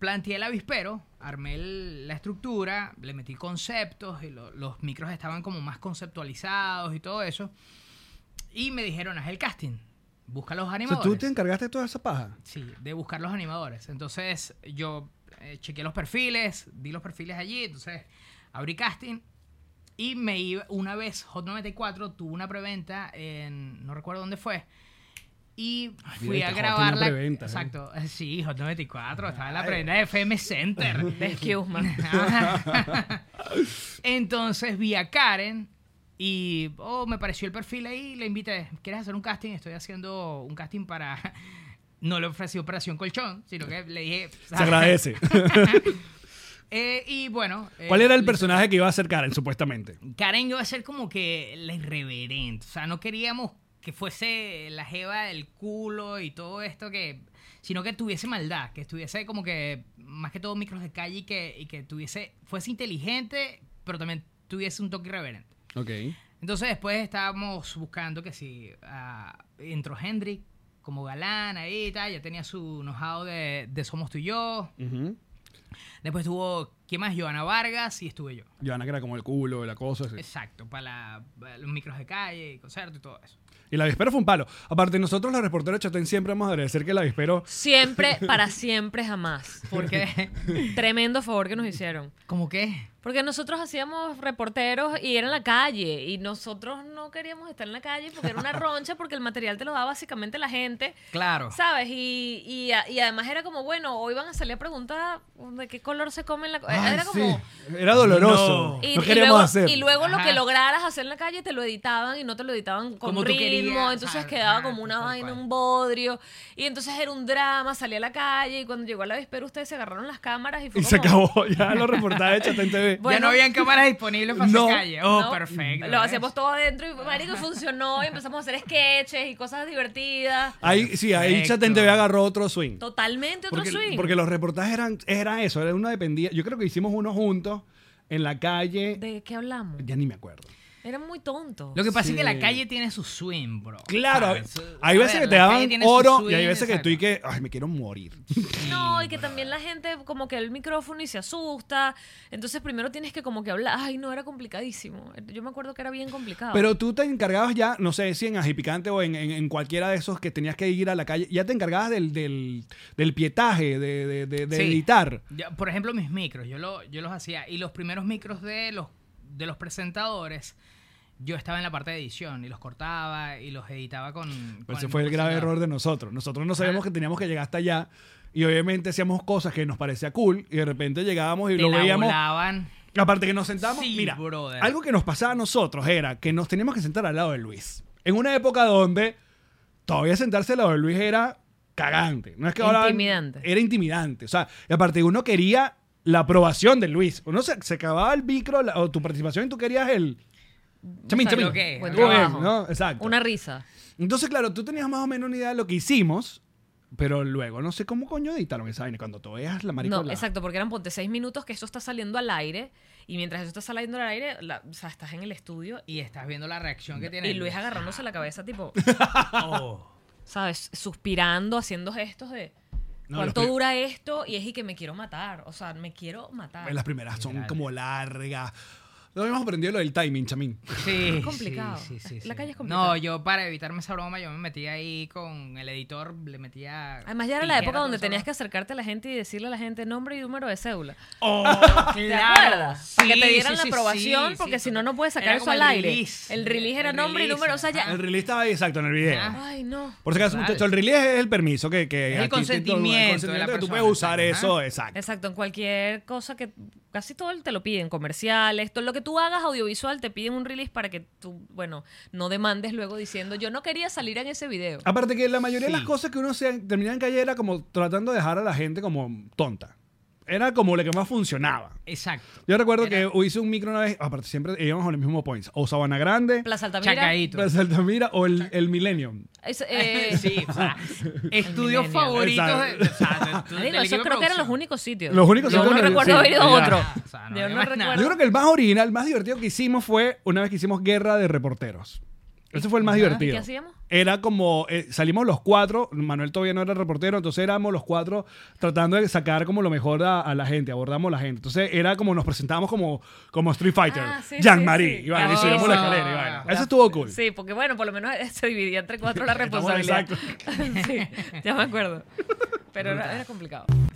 planteé el avispero, armé el- la estructura, le metí conceptos y lo- los micros estaban como más conceptualizados y todo eso. Y me dijeron, haz el casting, busca los
O sea,
animadores.
tú te encargaste de toda esa
*laughs*
paja.
Sí, de buscar los animadores. Entonces yo eh, chequeé los perfiles, vi los perfiles allí, entonces abrí casting y me iba, una vez Hot 94 tuvo una preventa en, no recuerdo dónde fue, y fui
mira,
a
que Hot tiene
grabar la...
preventa, ¿eh?
exacto, *laughs* sí, Hot 94, estaba en la preventa de
*laughs*
FM Center. Ah,
Excuse
*laughs*
me.
Entonces vi a Karen y oh, me pareció el perfil ahí y le invité, ¿quieres hacer un casting? Estoy haciendo un casting para... *laughs* No le ofrecí Operación Colchón, sino que le dije...
Se agradece.
*laughs* Eh, y bueno... eh,
¿Cuál era el
le-
personaje que iba a ser Karen, supuestamente?
Karen iba a ser como que la irreverente. O sea, no queríamos que fuese la jeva del culo y todo esto que... Sino que tuviese maldad, que estuviese como que más que todo micros de calle y que, y que tuviese, fuese inteligente, pero también tuviese un toque irreverente.
Ok.
Entonces después estábamos buscando que si ah, entró Hendrik como galán ahí y tal, ya tenía su know-how de, de Somos tú y yo. Después tuvo, ¿qué más? Joana Vargas y estuve yo.
Johanna, que era como el culo, la cosa. así.
Exacto, para, la- para los micros de calle, y concierto y todo eso.
Y la avispero fue un palo. Aparte, nosotros, los reporteros Chatén, siempre vamos a agradecer que la avispero.
Siempre, para siempre, jamás.
Porque,
*laughs*
Tremendo favor que nos hicieron.
como que,
Porque nosotros hacíamos reporteros y era en la calle y nosotros no queríamos estar en la calle porque
*laughs*
era una roncha porque el material te lo da básicamente la gente,
claro.
¿sabes? Y, y, a- y además era como, bueno, hoy van a salir a preguntar de qué color se come la... co-
Ay,
era
sí.
como...
Era doloroso.
Y,
no
y
queríamos
luego,
hacer.
y luego lo
Ajá.
que lograras hacer en la calle te lo editaban y no te lo editaban con
Como tú
ritmo,
querías,
entonces
ajá,
quedaba como una
tal
vaina,
cual.
un bodrio, y entonces era un drama, salía a la calle y cuando llegó a la víspera ustedes se agarraron las cámaras y fue
Y se
como-
acabó *laughs* ya los reportajes de Chatén TV.
Bueno.
ya no habían cámaras disponibles para
No,
hacer calle. Oh,
¿no?
perfecto.
Lo
¿ves?
hacíamos todo adentro y marico y funcionó y empezamos a hacer sketches y cosas divertidas.
Ahí, sí, ahí
Perfecto.
Chatén TV agarró otro swing.
Totalmente otro
porque,
swing.
porque los reportajes eran era eso, era una dependía. Yo creo que hicimos uno juntos en la calle.
¿De qué hablamos?
Ya ni me acuerdo.
Era muy tonto.
Lo que pasa es que
Sí.
la calle tiene su swing, bro.
Claro,
¿sabes?
hay
A
veces
ver,
que te
la calle
daban
tiene su
oro y
swing,
hay veces que tú y
exacto.
que, ay, me quiero morir.
No, y que también la gente como que el micrófono y se asusta. Entonces primero tienes que como que hablar. Ay, no, era complicadísimo. Yo me acuerdo que era bien
Ah,
complicado.
Pero tú te encargabas ya, no sé si en Ají Picante o en, en- en cualquiera de esos que tenías que ir a la calle, ya te encargabas del, del, del pietaje, de, de- de- de
Sí.
editar.
Yo, por ejemplo, mis micros, yo, lo, yo los hacía. Y los primeros micros de los, de los presentadores, yo estaba en la parte de edición y los cortaba y los editaba con. con
Pues Ese fue el grave
presentador.
error de nosotros. Nosotros no sabíamos que teníamos que llegar hasta allá y obviamente hacíamos cosas que nos parecía cool y de repente llegábamos y
Te
lo
la
veíamos.
volaban.
Aparte que nos sentamos,
Sí,
mira,
brother.
algo que nos pasaba a nosotros era que nos teníamos que sentar al lado de Luis. En una época donde todavía sentarse al lado de Luis era cagante. No es que ahora
Intimidante.
era intimidante. O sea, y aparte uno quería la aprobación de Luis. Uno se, se acababa el micro la- o tu participación y tú querías el... Chamín,
sea,
chamín.
lo que-
Buen
Muy bien,
trabajo.
¿no? Exacto.
Una risa.
Entonces, claro, tú tenías más o menos una idea de lo que hicimos, pero luego no sé cómo coño editaron esa vaina. Cuando tú veas la maricola.
No, exacto, porque eran ponte seis minutos que eso está saliendo al aire. Y mientras eso está saliendo al aire, la- o sea, estás en el estudio y,
Y estás viendo la reacción que tiene.
y Luis
*laughs*
agarrándose la cabeza,
*laughs*
tipo,
Oh.
¿sabes? Suspirando, haciendo gestos de.
No,
¿Cuánto
los pri-
dura esto? Y es y que me quiero matar. O sea, me quiero matar.
Las Pues primeras son
Literal.
como largas. No habíamos aprendido lo del timing, chamín.
Sí,
complicado.
sí, sí, sí,
La
sí.
calle es complicada.
No, yo para evitarme esa broma, yo me metí ahí con el editor, le metía.
Además, ya era la época donde tenías que
*laughs* que
acercarte a la gente y decirle a la gente nombre y número de cédula.
Oh,
¿Te
claro.
acuerdas? Para que
Sí,
te dieran
sí,
la
sí,
aprobación,
sí,
porque
sí,
si no,
total.
no puedes sacar
Era
eso
como
al
el
aire.
release.
el release era
El
nombre y
release,
número, o sea,
El
ya.
release estaba ahí exacto en el video.
Ajá.
Ay, no.
Por si acaso,
Vale.
muchachos, el release es el permiso que, que
Es el
aquí te-
consentimiento de la
que Tú
persona,
puedes usar eso,
exacto,
exacto.
Exacto, en cualquier cosa que casi todo te lo piden, comerciales, todo lo que tú hagas audiovisual te piden un release para que tú, bueno, no demandes luego diciendo yo no quería salir en ese video.
Aparte que la mayoría de las
Sí.
cosas que uno se terminaba en calle era como tratando de dejar a la gente como tonta. Era como lo que más funcionaba.
Exacto.
Yo recuerdo que hice un micro una vez, aparte siempre íbamos a los mismos points, o Sabana Grande,
Plaza Altamira.
Chacaíto.
Plaza Altamira o el, el Millennium.
Es- pues, eh,
*laughs* sí,
*laughs*
o sea, estudios
Millennium.
favoritos. De, o sea, de-
ah,
del
digo,
equipo
esos creo
de
que eran los
producción.
únicos sitios.
Los únicos
Yo
sitios
no
donde-
recuerdo
sí,
haber ido a
ya.
otro.
O sea, no
Yo
había
no
más nada.
recuerdo.
Yo creo que el más original, el más divertido que hicimos fue una vez que hicimos Guerra de Reporteros. Ese fue el más
Ajá.
divertido.
¿Y qué hacíamos?
Era como, eh, salimos los cuatro, Manuel todavía no era reportero, entonces éramos los cuatro tratando de sacar como lo mejor a, a la gente, abordamos a la gente. Entonces era como nos presentábamos como, como Street Fighter,
Ah, sí,
Jean-Marie,
sí, sí.
y bueno, y
Ah,
subimos
sí,
la
sí.
escalera. y bueno.
Ah,
Eso estuvo cool.
Sí, porque bueno, por lo menos *laughs* eh, se dividía entre cuatro
*laughs*
la responsabilidad. *laughs* sí, ya me acuerdo. Pero era, era complicado.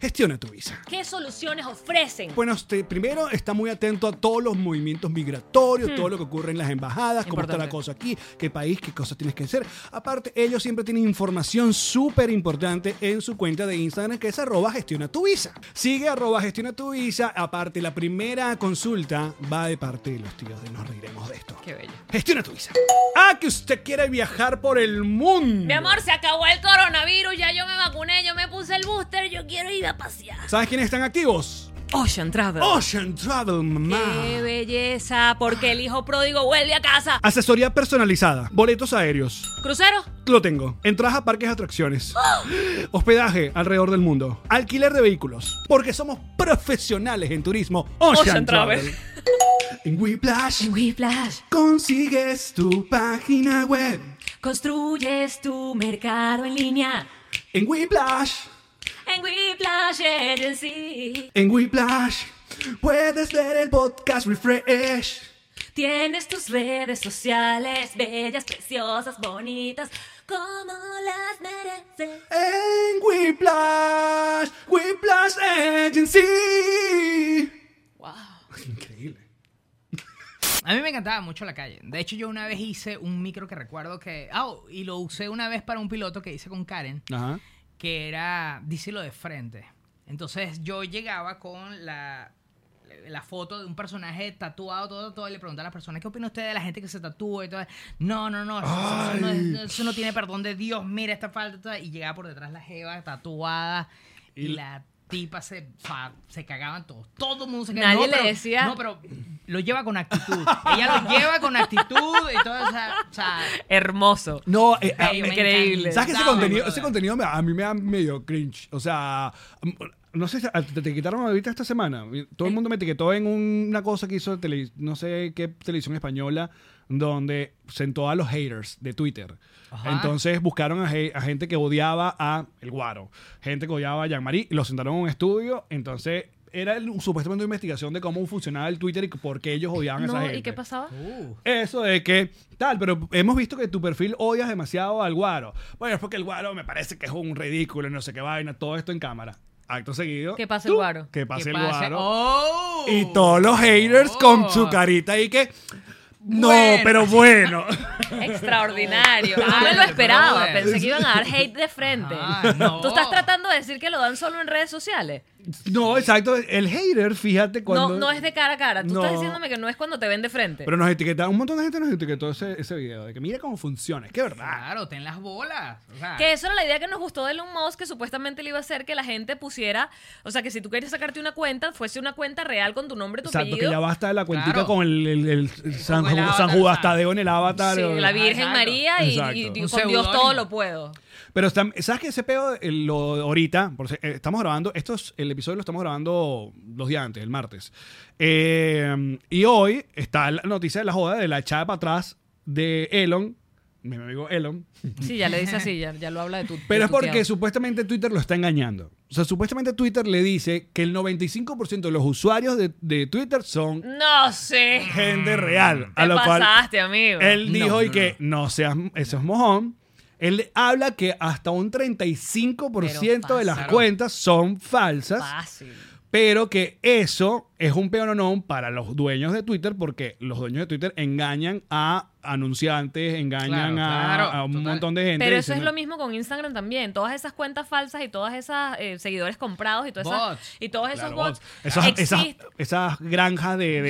Gestiona tu visa.
¿Qué soluciones ofrecen?
Bueno, usted primero está muy atento a todos los movimientos migratorios, todo lo que ocurre en las embajadas, cómo está la
Hmm. Importante.
cosa aquí, qué país, qué cosas tienes que hacer. Aparte, ellos siempre tienen información súper importante en su cuenta de Instagram, que es arroba gestiona tu visa. Sigue arroba gestiona tu visa. Aparte, la primera consulta va de parte de los tíos de Nos Reiremos de Esto.
Qué bello.
Gestiona tu visa. Ah, que usted quiere viajar por el mundo.
Mi amor, se acabó el coronavirus, ya yo me vacuné, yo me puse el booster, yo quiero ir a pasear.
¿Sabes quiénes están activos?
Ocean Travel.
Ocean Travel, mamá.
¡Qué belleza! Porque el hijo pródigo vuelve a casa.
Asesoría personalizada, boletos aéreos.
¿Crucero?
Lo tengo. Entradas a parques y atracciones. *gasps* Hospedaje alrededor del mundo. Alquiler de vehículos. Porque somos profesionales en turismo. Ocean,
Ocean
Travel.
Travel.
en Whiplash
Whiplash,
consigues tu página web.
construyes tu mercado en línea.
En Whiplash,
En Whiplash Agency
en Whiplash, puedes ver el podcast Refresh.
tienes tus redes sociales bellas, preciosas, bonitas, como las mereces.
En Whiplash, Whiplash Agency.
¡Wow!
*laughs* Increíble.
A mí me encantaba mucho la calle. De hecho, yo una vez hice un micro que recuerdo que. Ah, y lo usé una vez para un piloto que hice con Karen,
Ajá.
que era. Díselo de frente. Entonces yo llegaba con la, la foto de un personaje tatuado, todo, todo, y le preguntaba a las personas, ¿qué opina usted de la gente que se tatúa? Y todo. No, no, no. Eso, eso no, es- no, eso no tiene perdón de Dios. Mira esta falta. todo. Y llegaba por detrás la Jeva tatuada. Y, la tipa se, fa- se cagaban todos. Todo el mundo se cagaba.
Nadie
No,
le
pero-
decía.
No, pero lo lleva con actitud. Ella lo lleva con actitud y todo. O sea, o sea,
Hermoso.
No, eh,
o sea, yo me
Increíble.
¿Sabes que ese
encantaba,
contenido,
brother.
ese contenido me- a mí me da medio cringe? O sea, m- no sé, si- a- te, te quitaron ahorita esta semana. Todo
Eh.
el mundo me etiquetó en una cosa que hizo tele- no sé qué televisión española, donde sentó a los haters de Twitter.
Ajá.
Entonces buscaron a, ge- a gente que odiaba a El Guaro, gente que odiaba a Jean-Marie, y los sentaron en un estudio. Entonces era el- supuestamente una investigación de cómo funcionaba el Twitter y por qué ellos odiaban a esa
No,
gente.
¿y qué pasaba?
Eso de que tal, pero hemos visto que tu perfil odias demasiado al guaro. Bueno, es porque el guaro me parece que es un ridículo, no sé qué vaina, todo esto en cámara. Acto seguido.
Que pase el
tú,
guaro.
Que pase
¿Qué
el
pasa?
guaro.
¡Oh!
Y todos los haters
Oh.
con su carita ahí que. No,
Bueno.
*laughs*
pero bueno.
Extraordinario.
Ay,
No me lo
pero
esperaba.
bueno.
Pensé que iban a dar hate de frente.
Ah, no.
Tú estás tratando de decir que lo dan solo en redes sociales.
no, exacto. El hater, fíjate cuando.
No, no es de cara a cara. Tú
No.
estás diciéndome que no es cuando te ven de frente.
Pero nos etiquetaron, un montón de gente nos etiquetó ese, ese video, de que mira cómo funciona, es que es verdad.
Claro, ten las bolas. O sea,
Que eso era la idea que nos gustó de Elon Musk, que supuestamente le iba a hacer que la gente pusiera, o sea, que si tú querías sacarte una cuenta, fuese una cuenta real con tu nombre, tu
Exacto, que
apellido.
ya basta de la cuentica
Claro.
con el, el- el San,
Con el
Ju-
avatar,
San Judas Tadeo en el avatar.
Sí,
o-
la Virgen
Exacto.
María y, y-
Exacto.
y
Un
con Dios
seudónimo.
todo lo puedo.
Pero está- sabes que ese pedo eh, lo de ahorita, por si- eh, estamos grabando, esto es- el episodio lo estamos grabando los días antes, el martes. Eh, y hoy está la noticia de la joda de la echada para atrás de Elon, mi amigo Elon.
Sí, ya le dice así, ya, ya lo habla de tu. de
Pero es
tu
porque
tía.
supuestamente Twitter lo está engañando. O sea, supuestamente Twitter le dice que el 95% de los usuarios de, de Twitter son
No sé.
gente real.
Te
a lo cual
pasaste, amigo.
él dijo
No,
y
no,
que no, seas ese es mojón. Él habla que hasta un 35% de las
Pero
cuentas son falsas,
Fácil.
pero que eso es un peononón para los dueños de Twitter porque los dueños de Twitter engañan a anunciantes, engañan
Claro,
a,
claro,
a un
total.
montón de gente.
Pero eso es
diciendo-
lo mismo con Instagram también. Todas esas cuentas falsas y todas esas eh, seguidores comprados y, todas esas-
Bots.
y todos esos
Claro,
bots.
Esas, esas-
existen.
esas granjas de,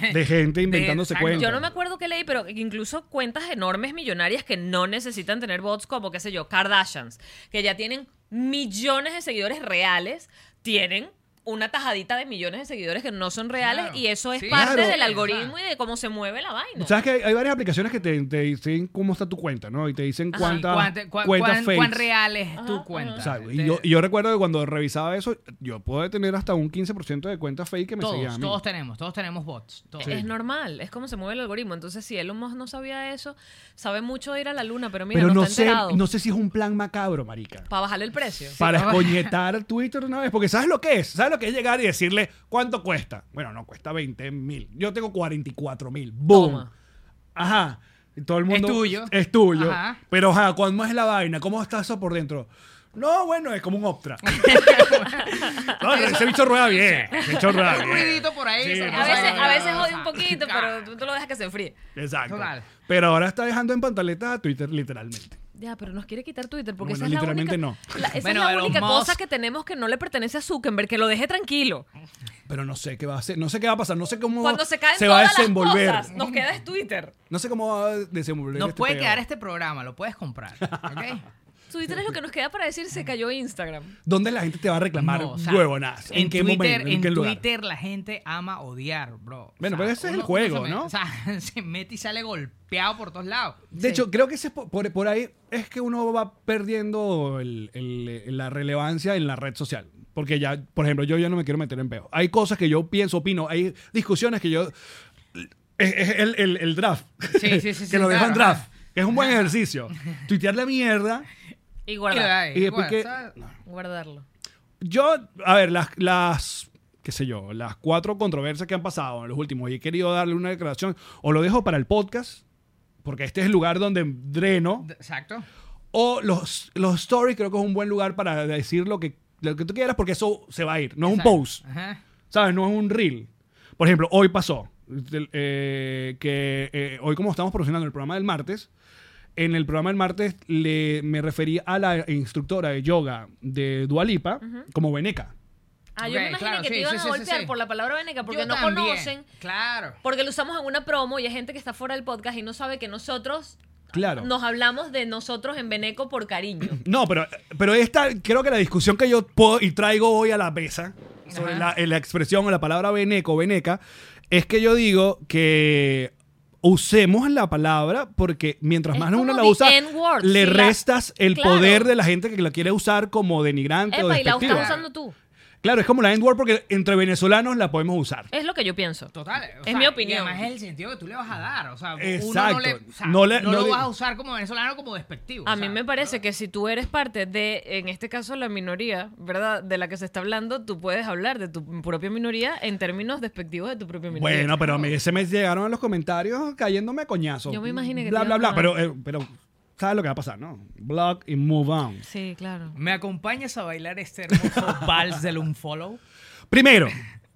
de- de
*laughs*
gente inventándose
exacto.
cuentas.
Yo no me acuerdo qué leí, pero incluso cuentas enormes millonarias que no necesitan tener bots como, qué sé yo, Kardashians, que ya tienen millones de seguidores reales, tienen una tajadita de millones de seguidores que no son reales
Claro.
y eso es
Sí,
parte
claro.
del algoritmo y de cómo se mueve la vaina.
Sabes que hay, hay varias aplicaciones que te, te dicen cómo está tu cuenta, ¿no? Y te dicen cuántas
¿Cuánta, cua-
cuentas
cuán,
fakes.
cuán real es
Ajá,
tu cuenta?
O sea, y yo, y yo recuerdo que cuando revisaba eso, yo puedo tener hasta un 15% de cuentas fake que me seguían a
todos,
mí.
todos tenemos, todos tenemos bots. todos.
Es normal, es como se mueve el algoritmo. Entonces, si Elon Musk no sabía eso, sabe mucho de ir a la luna, pero mira,
Pero
no,
no
está
sé,
enterado.
no sé si es un plan macabro, marica.
Para bajarle el precio.
para escoñetar a Twitter una vez. Porque ¿sabes lo que es? ¿Sabes lo que es llegar y decirle cuánto cuesta? Bueno, no, cuesta 20 mil. Yo tengo 44 mil. ¡Boom!
Toma.
Ajá. Y todo el mundo...
Es tuyo.
Es tuyo.
Ajá.
Pero, ajá, ¿cuándo es la vaina? ¿Cómo está eso por dentro? No, bueno, es como un Optra. no, ese bicho rueda bien. Ese bicho rueda
Un
bien.
ruidito por ahí, se-
A
Exacto.
veces, a veces
Exacto.
jode un
*laughs*
poquito, pero tú te lo dejas que se enfríe.
Exacto.
Total.
Pero ahora está dejando en pantaletas a Twitter literalmente.
Ya, pero nos quiere quitar Twitter porque
Bueno,
esa es la única,
literalmente no.
la- esa
Bueno,
es la
Elon
única
Musk.
cosa que tenemos que no le pertenece a Zuckerberg, que lo deje tranquilo.
Pero no sé qué va a hacer, no sé qué va a pasar, no sé cómo
Cuando se caen
va a
todas las
desenvolver.
cosas, nos queda es Twitter.
No sé cómo va a desenvolver.
Nos
este
puede
pedo.
quedar este programa, lo puedes comprar. ¿ok?
*laughs*
Twitter es lo que nos queda para decir se cayó Instagram.
¿Dónde la gente te va a reclamar
No, o sea,
huevonadas? ¿En, qué
Twitter,
momento? ¿En,
en
qué lugar?
Twitter la gente ama odiar, bro.
Bueno, pero ese es el
uno- uno
juego,
se me-
¿no?
O sea, *laughs* se mete y sale golpeado por todos lados.
De hecho, creo que ese es po- por, por ahí es que uno va perdiendo el- el- la relevancia en la red social. Porque ya, por ejemplo, yo ya no me quiero meter en peo. Hay cosas que yo pienso, opino, hay discusiones que yo... Es, es el, el- el draft.
Sí,
*laughs*
sí, sí, sí,
que lo dejan
claro.
draft. Que es un buen ejercicio. Tuitear la mierda.
Y
Y
guardar,
da
Y después
igual,
que-
pues, ¿sabes?
guardarlo.
Yo, a ver, las, las, qué sé yo, las cuatro controversias que han pasado en los últimos y he querido darle una declaración, o lo dejo para el podcast, porque este es el lugar donde dreno,
Exacto.
o los, los stories creo que es un buen lugar para decir lo que, lo que tú quieras, porque eso se va a ir, no es un
Exacto.
post,
Ajá.
¿sabes? No es un reel. Por ejemplo, hoy pasó, del- eh, que eh, hoy como estamos promocionando el programa del martes, en el programa del martes le, me referí a la instructora de yoga de Dualipa como Veneca.
Ah, yo
Ok,
me imaginé
claro,
que
sí,
te iban
sí,
a
sí, sí,
golpear
sí.
por la palabra veneca porque
Yo
no
también,
conocen,
Claro.
porque lo usamos en una promo y hay gente que está fuera del podcast y no sabe que nosotros
Claro.
nos hablamos de nosotros en veneco por cariño.
No, pero, pero esta, creo que la discusión que yo puedo y traigo hoy a la mesa sobre la, la expresión o la palabra veneco, veneca, es que yo digo que usemos la palabra porque mientras
Es
más uno
como
la
the
usa,
N-word,
le
si la-
restas el
Claro.
poder de la gente que la quiere usar como denigrante o
Epa, y la
despectiva.
estás usando tú.
Claro, es como la N-word porque entre venezolanos la podemos usar.
Es lo que yo pienso.
Total. o
Es
sea,
mi opinión.
Y además es el sentido que tú le vas a dar. O sea, uno
Exacto.
no le. o sea,
No
no
le- no
lo
di-
vas a usar como venezolano como despectivo.
A
o
mí
sea,
me parece que si tú eres parte de, en este caso, la minoría, ¿verdad? De la que se está hablando, tú puedes hablar de tu propia minoría en términos despectivos de tu propia minoría.
Bueno, pero a mí se me llegaron a los comentarios cayéndome a coñazo.
Yo me imaginé que
Bla,
te
bla, bla.
iban a
Pero, eh, pero, ¿sabes lo que va a pasar, no? Block y move on.
Sí, claro.
¿Me acompañas a bailar este
*laughs*
hermoso vals del unfollow?
Primero,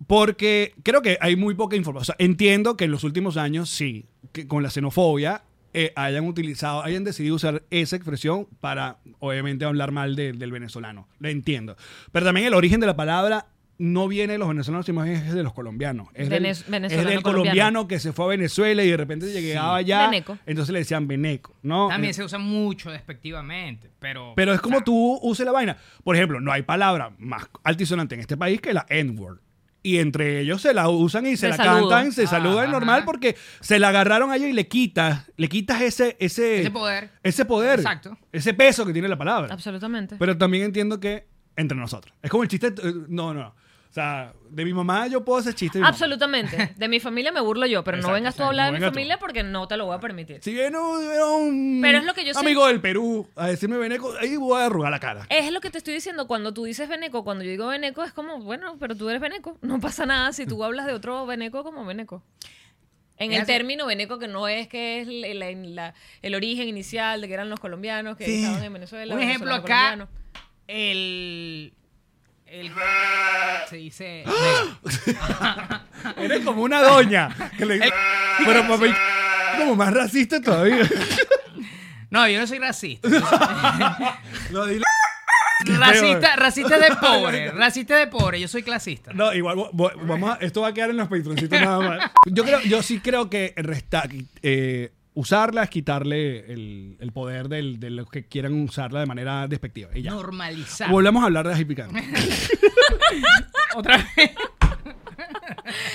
porque creo que hay muy poca información. O sea, entiendo que en los últimos años, sí, que con la xenofobia eh, hayan utilizado, hayan decidido usar esa expresión para, obviamente, hablar mal de- del venezolano. Lo entiendo. Pero también el origen de la palabra no viene de los venezolanos, sino es de los colombianos. Es del,
Vene-
es
venezolano,
del colombiano,
colombiano.
que se fue a Venezuela y de repente llegaba allá.
Veneco.
Entonces le decían veneco, ¿no?
También
Eh,
se usa mucho despectivamente, pero...
pero es
o
como
sea,
tú uses la vaina. Por ejemplo, no hay palabra más altisonante en este país que la N-word. Y entre ellos se la usan y se
De
la
saludo.
cantan, se
Ah,
saludan
ajá.
normal porque se la agarraron a ella y le quitas, le quitas ese, ese,
Ese poder.
Ese poder.
Exacto.
Ese peso que tiene la palabra.
Absolutamente.
Pero también entiendo que entre nosotros. Es como el chiste. eh, No, no. O sea, de mi mamá yo puedo hacer chistes. de mi mamá.
Absolutamente. De mi familia me burlo yo, pero
Exacto,
no vengas tú
exacto,
a hablar
no
de mi
vengas tú.
familia porque no te lo voy a permitir.
Si viene un, viene un
Pero es lo que yo sé.
amigo del Perú a decirme veneco, ahí voy a arrugar la cara.
Es lo que te estoy diciendo, cuando tú dices veneco, cuando yo digo veneco, es como, bueno, pero tú eres veneco. *laughs* No pasa nada si tú hablas de otro veneco como veneco. En
Es
el
así.
término veneco, que no es que es la- la- la- el origen inicial de que eran los colombianos que
Sí.
estaban en Venezuela.
Un ejemplo
venezolanos,
acá,
colombianos.
el... el se dice... negro.
Eres como una doña. Que
Eh.
le, pero papi, como más racista todavía.
No, yo no soy racista.
*laughs* No, dile-
racista, racista de
*laughs*
pobre, racista de pobre, yo soy clasista.
No, igual vo- vo- vamos a- esto va a quedar en los patroncitos nada más. Yo creo, yo sí creo que resta, eh, usarla es quitarle el, el poder del- de los que quieran usarla de manera despectiva. Y ya.
Normalizar.
Volvemos a hablar de las picantes.
Otra vez.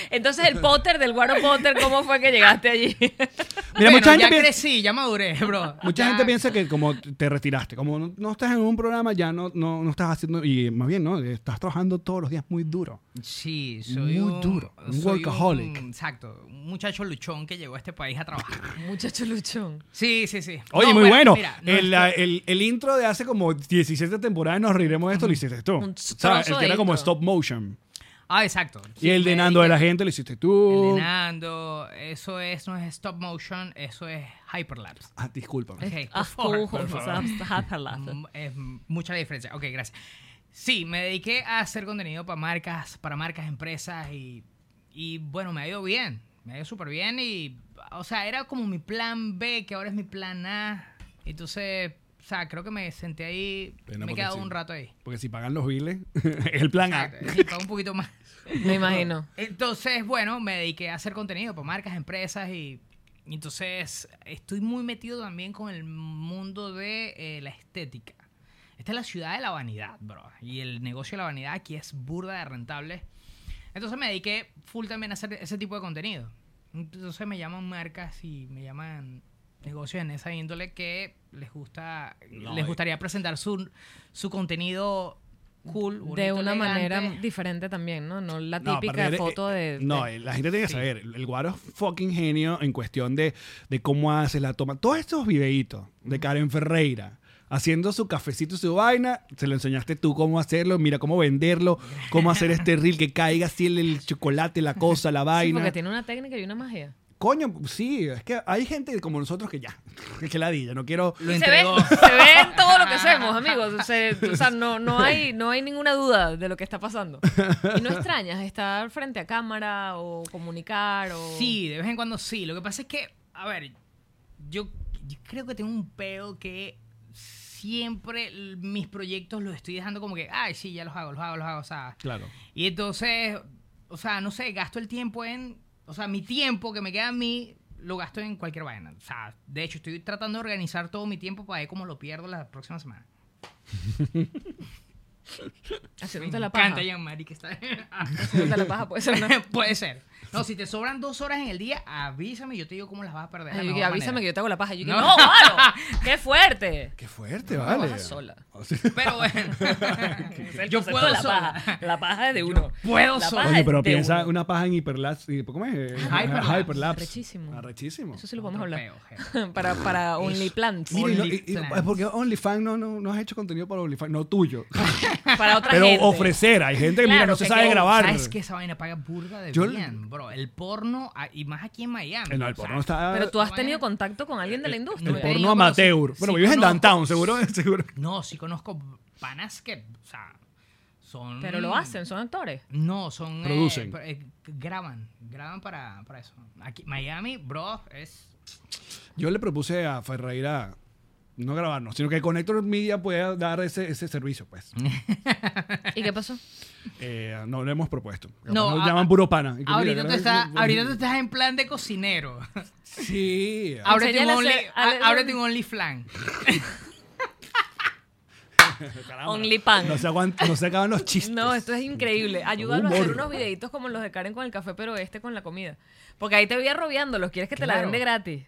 Entonces, el Potter del Guaro Potter, ¿cómo fue que llegaste allí?
Mira,
*laughs* Bueno,
mucha gente
ya
piensa.
crecí, ya maduré, bro.
Mucha
Ya-
gente piensa que como te retiraste, como no, no estás en un programa, ya no, no, no estás haciendo, y más bien, ¿no? Estás trabajando todos los días muy duro.
Sí, soy
Muy
un,
duro, un
soy
workaholic.
un- exacto, un muchacho luchón que llegó a este país a trabajar.
*laughs* Muchacho luchón.
Sí, sí, sí.
Oye,
No,
muy
mira,
bueno.
mira,
el,
nuestro-
el- el intro de hace como 17 temporadas, nos reiremos de esto, lo hiciste tú.
Un
¿Sabes? El
trozo
que
de
era como
intro.
stop motion.
Ah, exacto.
y el de Nando de la gente lo hiciste tú.
El de Nando, eso es, no es stop motion, eso es hyperlapse.
Ah, discúlpame.
Ok, por
Ah,
favor,
ojo,
por
o
favor.
sea, háblate.
Mm, Es mucha la diferencia. Ok, gracias. Sí, me dediqué a hacer contenido para marcas, para marcas, empresas y, y bueno, me ha ido bien. Me ha ido súper bien y, o sea, era como mi plan B, que ahora es mi plan A. Entonces, o sea, creo que me senté ahí,
Pena
me he
porque
quedado
sí.
un rato ahí.
Porque si pagan los biles, *laughs* es el plan A.
Exacto, sí, para un poquito más.
Me imagino.
Entonces, bueno, me dediqué a hacer contenido para marcas, empresas y, y entonces estoy muy metido también con el mundo de eh, la estética. Esta es la ciudad de la vanidad, bro. Y el negocio de la vanidad aquí es burda de rentable. Entonces me dediqué full también a hacer ese tipo de contenido. Entonces me llaman marcas y me llaman negocios en esa índole que les gusta
No,
les
eh.
gustaría presentar su, su contenido cool
De
bonito,
una manera
elegante.
diferente también, ¿no? No la
No,
típica
aparte,
foto
eh,
de...
No,
de-
eh, la gente tiene que saber. El Guaro es fucking genio en cuestión de, de cómo hace la toma. Todos estos videitos de Karen Ferreira haciendo su cafecito y su vaina, se lo enseñaste tú cómo hacerlo, mira cómo venderlo, cómo hacer este reel que caiga así el, el chocolate, la cosa, la
Sí,
vaina.
porque tiene una técnica y una magia.
Coño, sí, es que hay gente como nosotros que ya, *laughs* que la no quiero...
Lo
se ve,
entregó.
*laughs* se ve en todo lo que hacemos, amigos. Se- o sea, no, no, hay, no hay ninguna duda de lo que está pasando. Y no extrañas estar frente a cámara o comunicar o...
Sí, de vez en cuando sí. Lo que pasa es que, a ver, yo, yo creo que tengo un peo que siempre l- mis proyectos los estoy dejando como que, ay, sí, ya los hago, los hago, los hago, o sea.
Claro.
Y entonces, o sea, no sé, gasto el tiempo en, o sea, mi tiempo que me queda a mí, lo gasto en cualquier vaina. O sea, de hecho, estoy tratando de organizar todo mi tiempo para ver cómo lo pierdo la próxima semana. *laughs*
Haciéndote la paja.
Canta ya, Mari, que está... *laughs*
Haciéndote la paja Pues, *laughs* puede ser una...
Puede ser. No, si te sobran dos horas en el día, avísame, yo te digo cómo las vas a perder. de la
Ay, yo
mejor
que avísame
manera.
que yo te hago la paja. Yo que,
No.
no, claro. ¡Qué fuerte!
Qué fuerte,
No
vale. *laughs*
trabajas sola.
Pero bueno,
*laughs*
*laughs*
Yo puedo la paja. La paja es de uno.
puedo
la
sola.
paja
Oye,
es
pero
Ah, de
piensa
uno.
una paja en hiperlapse. ¿Cómo es?
Hyperlapse.
Hyperlapse.
Arrechísimo.
Arrechísimo.
Eso sí lo podemos
Otro
hablar. *laughs*
peo, jefe.
para para OnlyPlants.
Mira, y no- y- y-
OnlyFans.
porque OnlyFans no, no, no has hecho contenido para OnlyFans, no
*laughs*
tuyo.
Para otra
Pero
gente.
ofrecer, hay gente que mira,
Claro,
no se
que
sabe
quedó-
grabar.
¿Sabes que esa vaina paga burda de
Yo-
bien, bro? El porno, ah, y más aquí en Miami.
No, el
o sea,
porno está.
Pero tú has
Bueno.
tenido contacto con alguien de la
El
industria.
porno
yo conocí-
amateur.
sí,
Bueno, vives en
conozco-
downtown, seguro. *laughs* seguro.
No, sí conozco panas que, o sea, son...
Pero lo hacen, son actores.
No, son... eh,
Producen.
pr- eh, graban, graban para, para eso. Aquí, Miami, bro, es...
Yo le propuse a Ferreira no grabarnos, sino que Connector Media pueda dar ese, ese servicio,
*laughs*
pues.
¿Y qué pasó?
Eh, no lo hemos propuesto. Capaz
No,
nos
a-
llaman puro pana. Y que,
Ahorita
mira, pues.
tú, estás,
gracias.
ahorita tú estás en plan de
*laughs*
cocinero.
Sí.
Ábrete un,
Enséñale a
only,
hacer-
a-
a-
ábrete un OnlyFlan.
Caramba.
OnlyPants.
No se, aguant- no se acaban los chistes.
Ah, No, esto es increíble. Ayúdalo a hacer
Humor.
unos videitos como los de Karen con el café, pero este con la comida. Porque ahí te voy arrobiándolos. Quieres que te la den
Claro.
de gratis.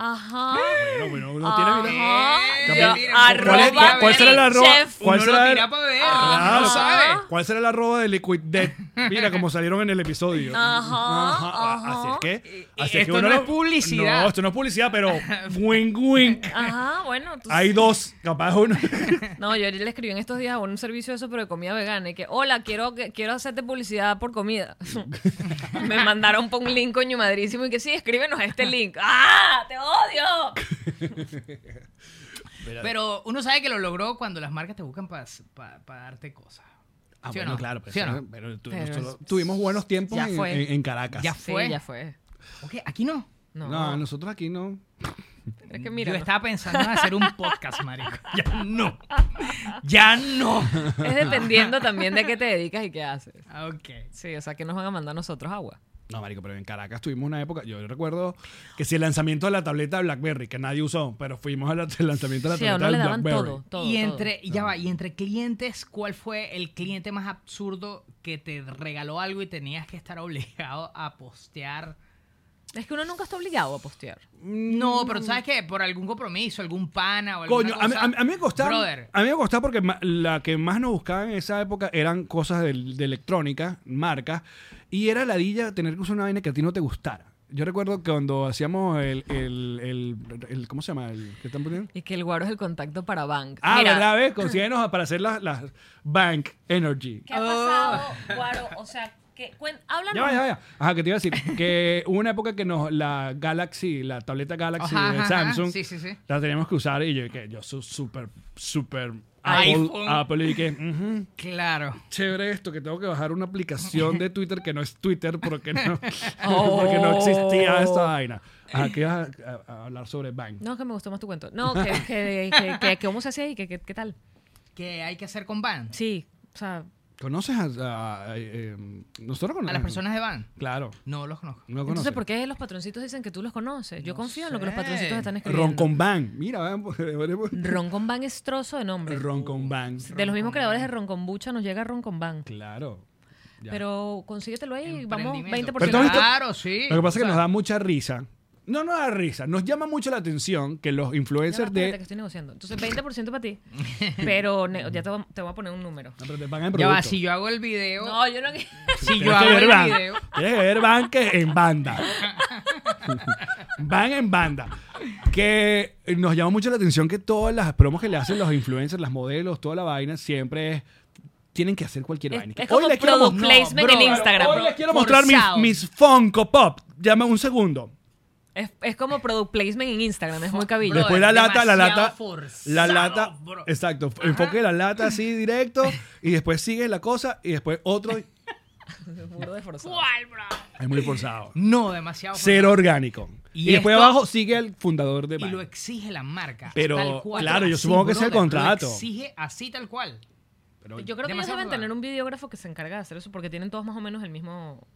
Ajá.
Bueno, bueno, uno
Ah,
tiene que-
Ajá.
Eh,
Ya,
mira,
¿Cuál, es-
arroba
cuál será el arroba?
chef.
¿Cuál
Uno
será
lo
el-
tira para ver,
Ajá.
uno lo sabe.
Ah,
Claro. ¿Cuál será el arroba de Liquid Death? Mira cómo salieron en el episodio.
Ajá,
Así es que.
Y- y
Así es que
esto
uno
no
le-
es publicidad.
No, esto no es publicidad, pero. Wink, wink.
Ajá, bueno. tú-
Hay dos, capaz uno.
No, yo le escribí en estos días a un servicio de eso, pero de comida vegana. Y que, hola, quiero, que- quiero hacerte publicidad por comida. *laughs* Me mandaron por un link, coño, madrísimo. Y que, sí, escríbenos a este link. ¡Ah! ¡Te odio!
Pero uno sabe que lo logró cuando las marcas te buscan para darte cosas.
Ah,
¿Sí o
bueno,
no?
claro, pero,
¿Sí o no?
pero tuvimos,
Pero
solo- tuvimos buenos tiempos
ya
en,
fue.
en- en Caracas.
Ya
Sí,
fue.
ya fue.
Ok, aquí no.
No,
No, nosotros aquí no.
es que mira.
Yo
no.
estaba pensando en hacer un
*laughs*
podcast, marico. Ya
*laughs*
no. Ya no.
Es dependiendo también de qué te dedicas y qué haces.
Ah, Ok.
Sí, o sea, que nos van a mandar nosotros agua.
No, marico, pero en Caracas tuvimos una época, yo recuerdo que si el lanzamiento de la tableta de BlackBerry, que nadie usó, pero fuimos al al lanzamiento de la
Sí, a
tableta
uno le
de
daban
BlackBerry.
todo, todo.
y
todo.
entre, ya va, y entre clientes, ¿cuál fue el cliente más absurdo que te regaló algo y tenías que estar obligado a postear?
Es que uno nunca está obligado a postear.
No, pero ¿sabes qué? Por algún compromiso, algún pana o alguna
Mm. Coño, a mí,
cosa.
a mí- a mí me costaba.
Brother.
A mí me costaba porque ma- la que más nos buscaban en esa época eran cosas del- de, electrónica, marcas, y era ladilla tener que usar una vaina que a ti no te gustara. Yo recuerdo que cuando hacíamos el. el, el- el- ¿Cómo se llama? El, ¿Qué están poniendo?
Y que el guaro es el contacto para Bank.
Ah,
Mira,
¿verdad?
*laughs*
¿Ves? Consíguenos a- para hacer las las Bank Energy.
¿Qué ha pasado, guaro? O sea, que, cuen-
Oh.
háblanos.
Ya va, ya va, ya. Ajá, que te iba a decir que hubo una época que nos la Galaxy, la tableta Galaxy
Ajá,
de
ajá, ajá.
Samsung,
Sí, sí, sí.
la teníamos que usar y yo que yo soy súper, súper Apple,
iPhone.
Apple y que ujú,
Claro.
chévere esto que tengo que bajar una aplicación de Twitter que no es Twitter porque
*laughs*
no, *laughs*
Oh.
porque no existía esta vaina. Ajá, que ibas a, a- a hablar sobre Bank.
No, que me gustó más tu cuento.
*laughs*
No, que, que, que, que- que cómo se hace ahí, que, que- qué tal.
¿Qué hay que hacer con Van?
Sí, o sea,
¿Conoces a, a- a- eh, nosotros
¿A las personas de Van?
Claro.
No los conozco.
No
entonces,
conoces.
¿por qué los patroncitos dicen que tú los conoces? Yo
No
confío en lo que los patroncitos
sé.
están
*laughs*
escribiendo.
Ron con Bank. Mira, pues, vamos, *laughs* veremos.
Ron con Bank es trozo de nombre.
Ron con Bank.
de los mismos creadores de Ron con Bucha nos llega Ron con Bank.
Claro. Ya.
Pero consíguetelo ahí, vamos,
Emprendimiento.
20%.
Pero tú has visto-
Claro, sí.
Lo que pasa es
O
que nos
sea,
da mucha risa. No nos da risa, nos llama mucho la atención que los
Ya va,
influencers
espérate, que
de.
estoy negociando. Entonces, 20%
*laughs*
para ti. Pero ne- ya te, voy a- te voy a poner un número.
No, pero te pagan en
Ya va,
producto.
si yo hago el video.
No, yo no quiero.
si
Tienes
yo
que
hago
ver
el
Van.
video.
Tienes que ver Van que en banda. Van en banda. Que nos llama mucho la atención que todas las promos que le hacen los influencers, las modelos, toda la vaina, siempre es- tienen que hacer cualquier
Es,
vaina.
es
Que, "Hoy
como
les quiero
product
mos-
no,
placement
bro,
en Instagram.
Hoy les quiero mostrar mis,
Forzado.
mis Funko Pop. Llama un segundo.
Es, es como product placement en Instagram, es muy cabillo.
Bro,
Después la lata, la
demasiado
lata.
forzado,
La lata.
bro.
Exacto. Enfoque de la lata así directo. Y después sigue la cosa. Y después otro. Es
Burro de forzado.
¿Cuál, bro?
muy
*laughs*
forzado.
No, demasiado.
Cero orgánico.
Y
Y, después
esto-
abajo sigue el fundador de
Y lo
Vine.
exige la marca.
Pero,
tal cual.
claro, yo
Así,
supongo que es el
brother, lo
contrato.
exige así tal cual.
Pero-
Yo creo que ellos
Demasiado
deben
raro.
tener un videógrafo que se encarga de hacer eso porque tienen todos más o menos el mismo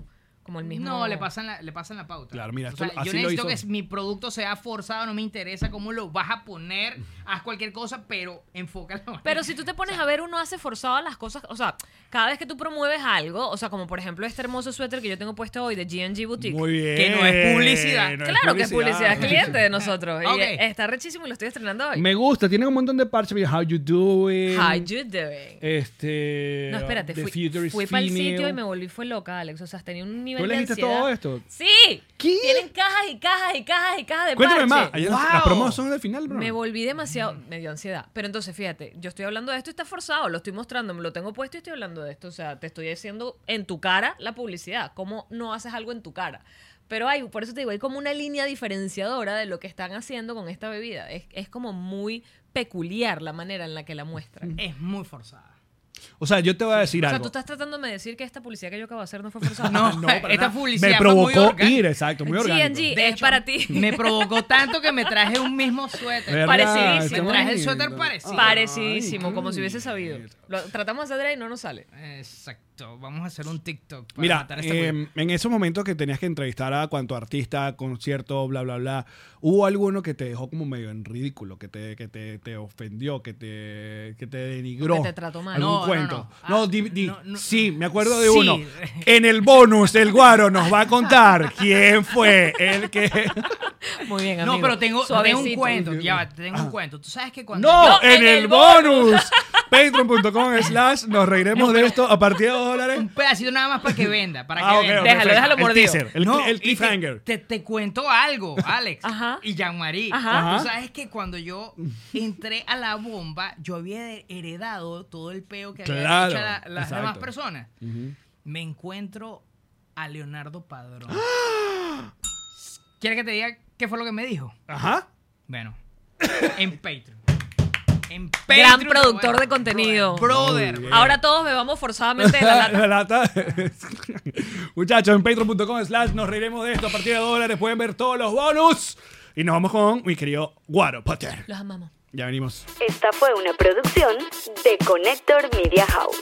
Como el mismo.
No, le pasan la, le pasan la pauta.
Claro, mira,
O
esto-
sea, yo
así lo
necesito
hizo.
que s- mi producto sea forzado, no me interesa cómo lo vas a poner, haz cualquier cosa, pero enfócalo.
Pero si tú te pones a ver, uno hace forzado las cosas. O sea, cada vez que tú promueves algo, o sea, como por ejemplo este hermoso suéter que yo tengo puesto hoy de GNG Boutique.
Muy bien.
Que no es publicidad.
no
claro que es publicidad, es
*laughs*
cliente de nosotros. Y,
Ok.
eh, está rechísimo y lo estoy estrenando hoy.
Me gusta, tiene un montón de parches. mira, How you doing?
How you doing?
Este.
No, espérate,
The
fui,
future is
fui para el
female.
sitio y me volví fue loca, Alex. O sea, tenía un nivel
¿Tú
de
leíste
ansiedad.
todo esto?
Sí.
¿Qué?
Tienen cajas y cajas y cajas y cajas de
Cuéntame
parche.
más. Ayer las- Las
¡Wow!
promos son del final, bro.
Me volví demasiado, me dio ansiedad. Pero entonces, fíjate, yo estoy hablando de esto y está forzado, lo estoy mostrando, me lo tengo puesto y estoy hablando de esto. O sea, te estoy diciendo en tu cara la publicidad, cómo no haces algo en tu cara. Pero hay, por eso te digo, hay como una línea diferenciadora de lo que están haciendo con esta bebida. Es, es como muy peculiar la manera en la que la muestran.
Es muy forzada.
O sea, yo te voy a decir
O sea,
algo.
tú estás tratándome de decir que esta publicidad que yo acabo de hacer no fue forzada.
No,
*laughs*
No, para
esta
nada.
publicidad
me
fue muy
provocó
orgánica.
ir, exacto, muy orgánico.
G&G.
De
Es para ti.
Me provocó tanto que me traje un mismo suéter.
¿Verdad?
Parecidísimo.
Qué
Me traje el
bonito.
suéter parecido.
Paredísimo,
Ay,
como si
coño.
hubiese sabido. Lo tratamos de hacer drag y no nos sale.
Exacto. Vamos a hacer un TikTok. Para
Mira,
matar este esta
eh,
cuestión.
en esos momentos que tenías que entrevistar a cuanto artista, concierto, bla, bla, bla, ¿hubo alguno que te dejó como medio en ridículo, que te, que te, te ofendió, que te, que te denigró?
O que te trató mal.
¿Algún
No, no,
cuento?
no. Ah,
di- di-
no, no.
sí, me acuerdo de
Sí.
uno. En el bonus, el guaro nos va a contar quién fue el que...
Muy bien, amigo.
No, pero tengo, tengo un
Suavecito.
cuento. Ya, va, tengo un cuento. Tú sabes que *laughs* cuando.
Ah. ¡No!
No,
¡En
en
el
el
bonus! Patreon.com slash nos reiremos de esto a partir de dos dólares.
Un pedacito nada más para que venda. Para
Ah,
que
ok,
venda.
ok,
Déjalo,
perfecto.
déjalo mordido.
El teaser, el,
No,
cli- el
y te-
cliffhanger.
Te, te cuento algo, Alex.
*laughs* Ajá.
Y Jean-Marie.
Ajá.
Tú sabes que cuando yo entré a la bomba, yo había de- heredado todo el peo que había
Claro,
hecho la- las
exacto.
demás personas. Me encuentro a Leonardo Padrón.
*gasps*
¿Quieres que te diga qué fue lo que me dijo?
Ajá. *coughs*
Bueno, en Patreon. En
Gran
Patreon,
productor
bueno,
de contenido.
Brother. brother.
Ahora todos bebamos forzadamente de la lata.
*laughs* La lata. Muchachos, en patreon.com slash nos reiremos de esto. A partir de dólares pueden ver todos los bonus. Y nos vamos con mi querido Guaro Potter.
Los amamos.
Ya venimos.
Esta fue una producción de Connector Media House.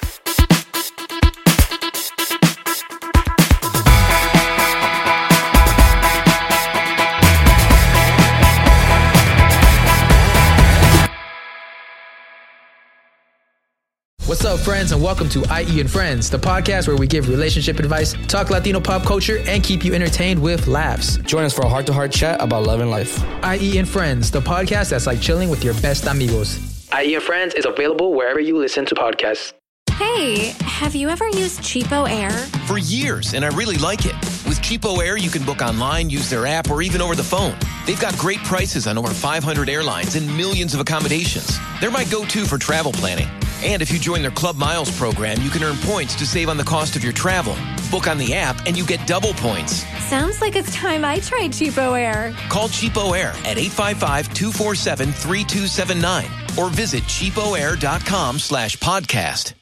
What's up, friends, and welcome to IE and Friends, the podcast where we give relationship advice, talk Latino pop culture, and keep you entertained with laughs.
Join us for a heart to heart chat about love and life.
IE and Friends, the podcast that's like chilling with your best amigos. IE and Friends is available wherever you listen to podcasts.
Hey, have you ever used Cheapo Air?
for years, and I really like it. With Cheapo Air, you can book online, use their app, or even over the phone. They've got great prices on over 500 airlines and millions of accommodations. They're my go to for travel planning. And if you join their Club Miles program, you can earn points to save on the cost of your travel. Book on the app, and you get double points.
Sounds like it's time I tried Cheapo Air.
Call Cheapo Air at 855 247 3279 or visit cheapoair.com slash podcast.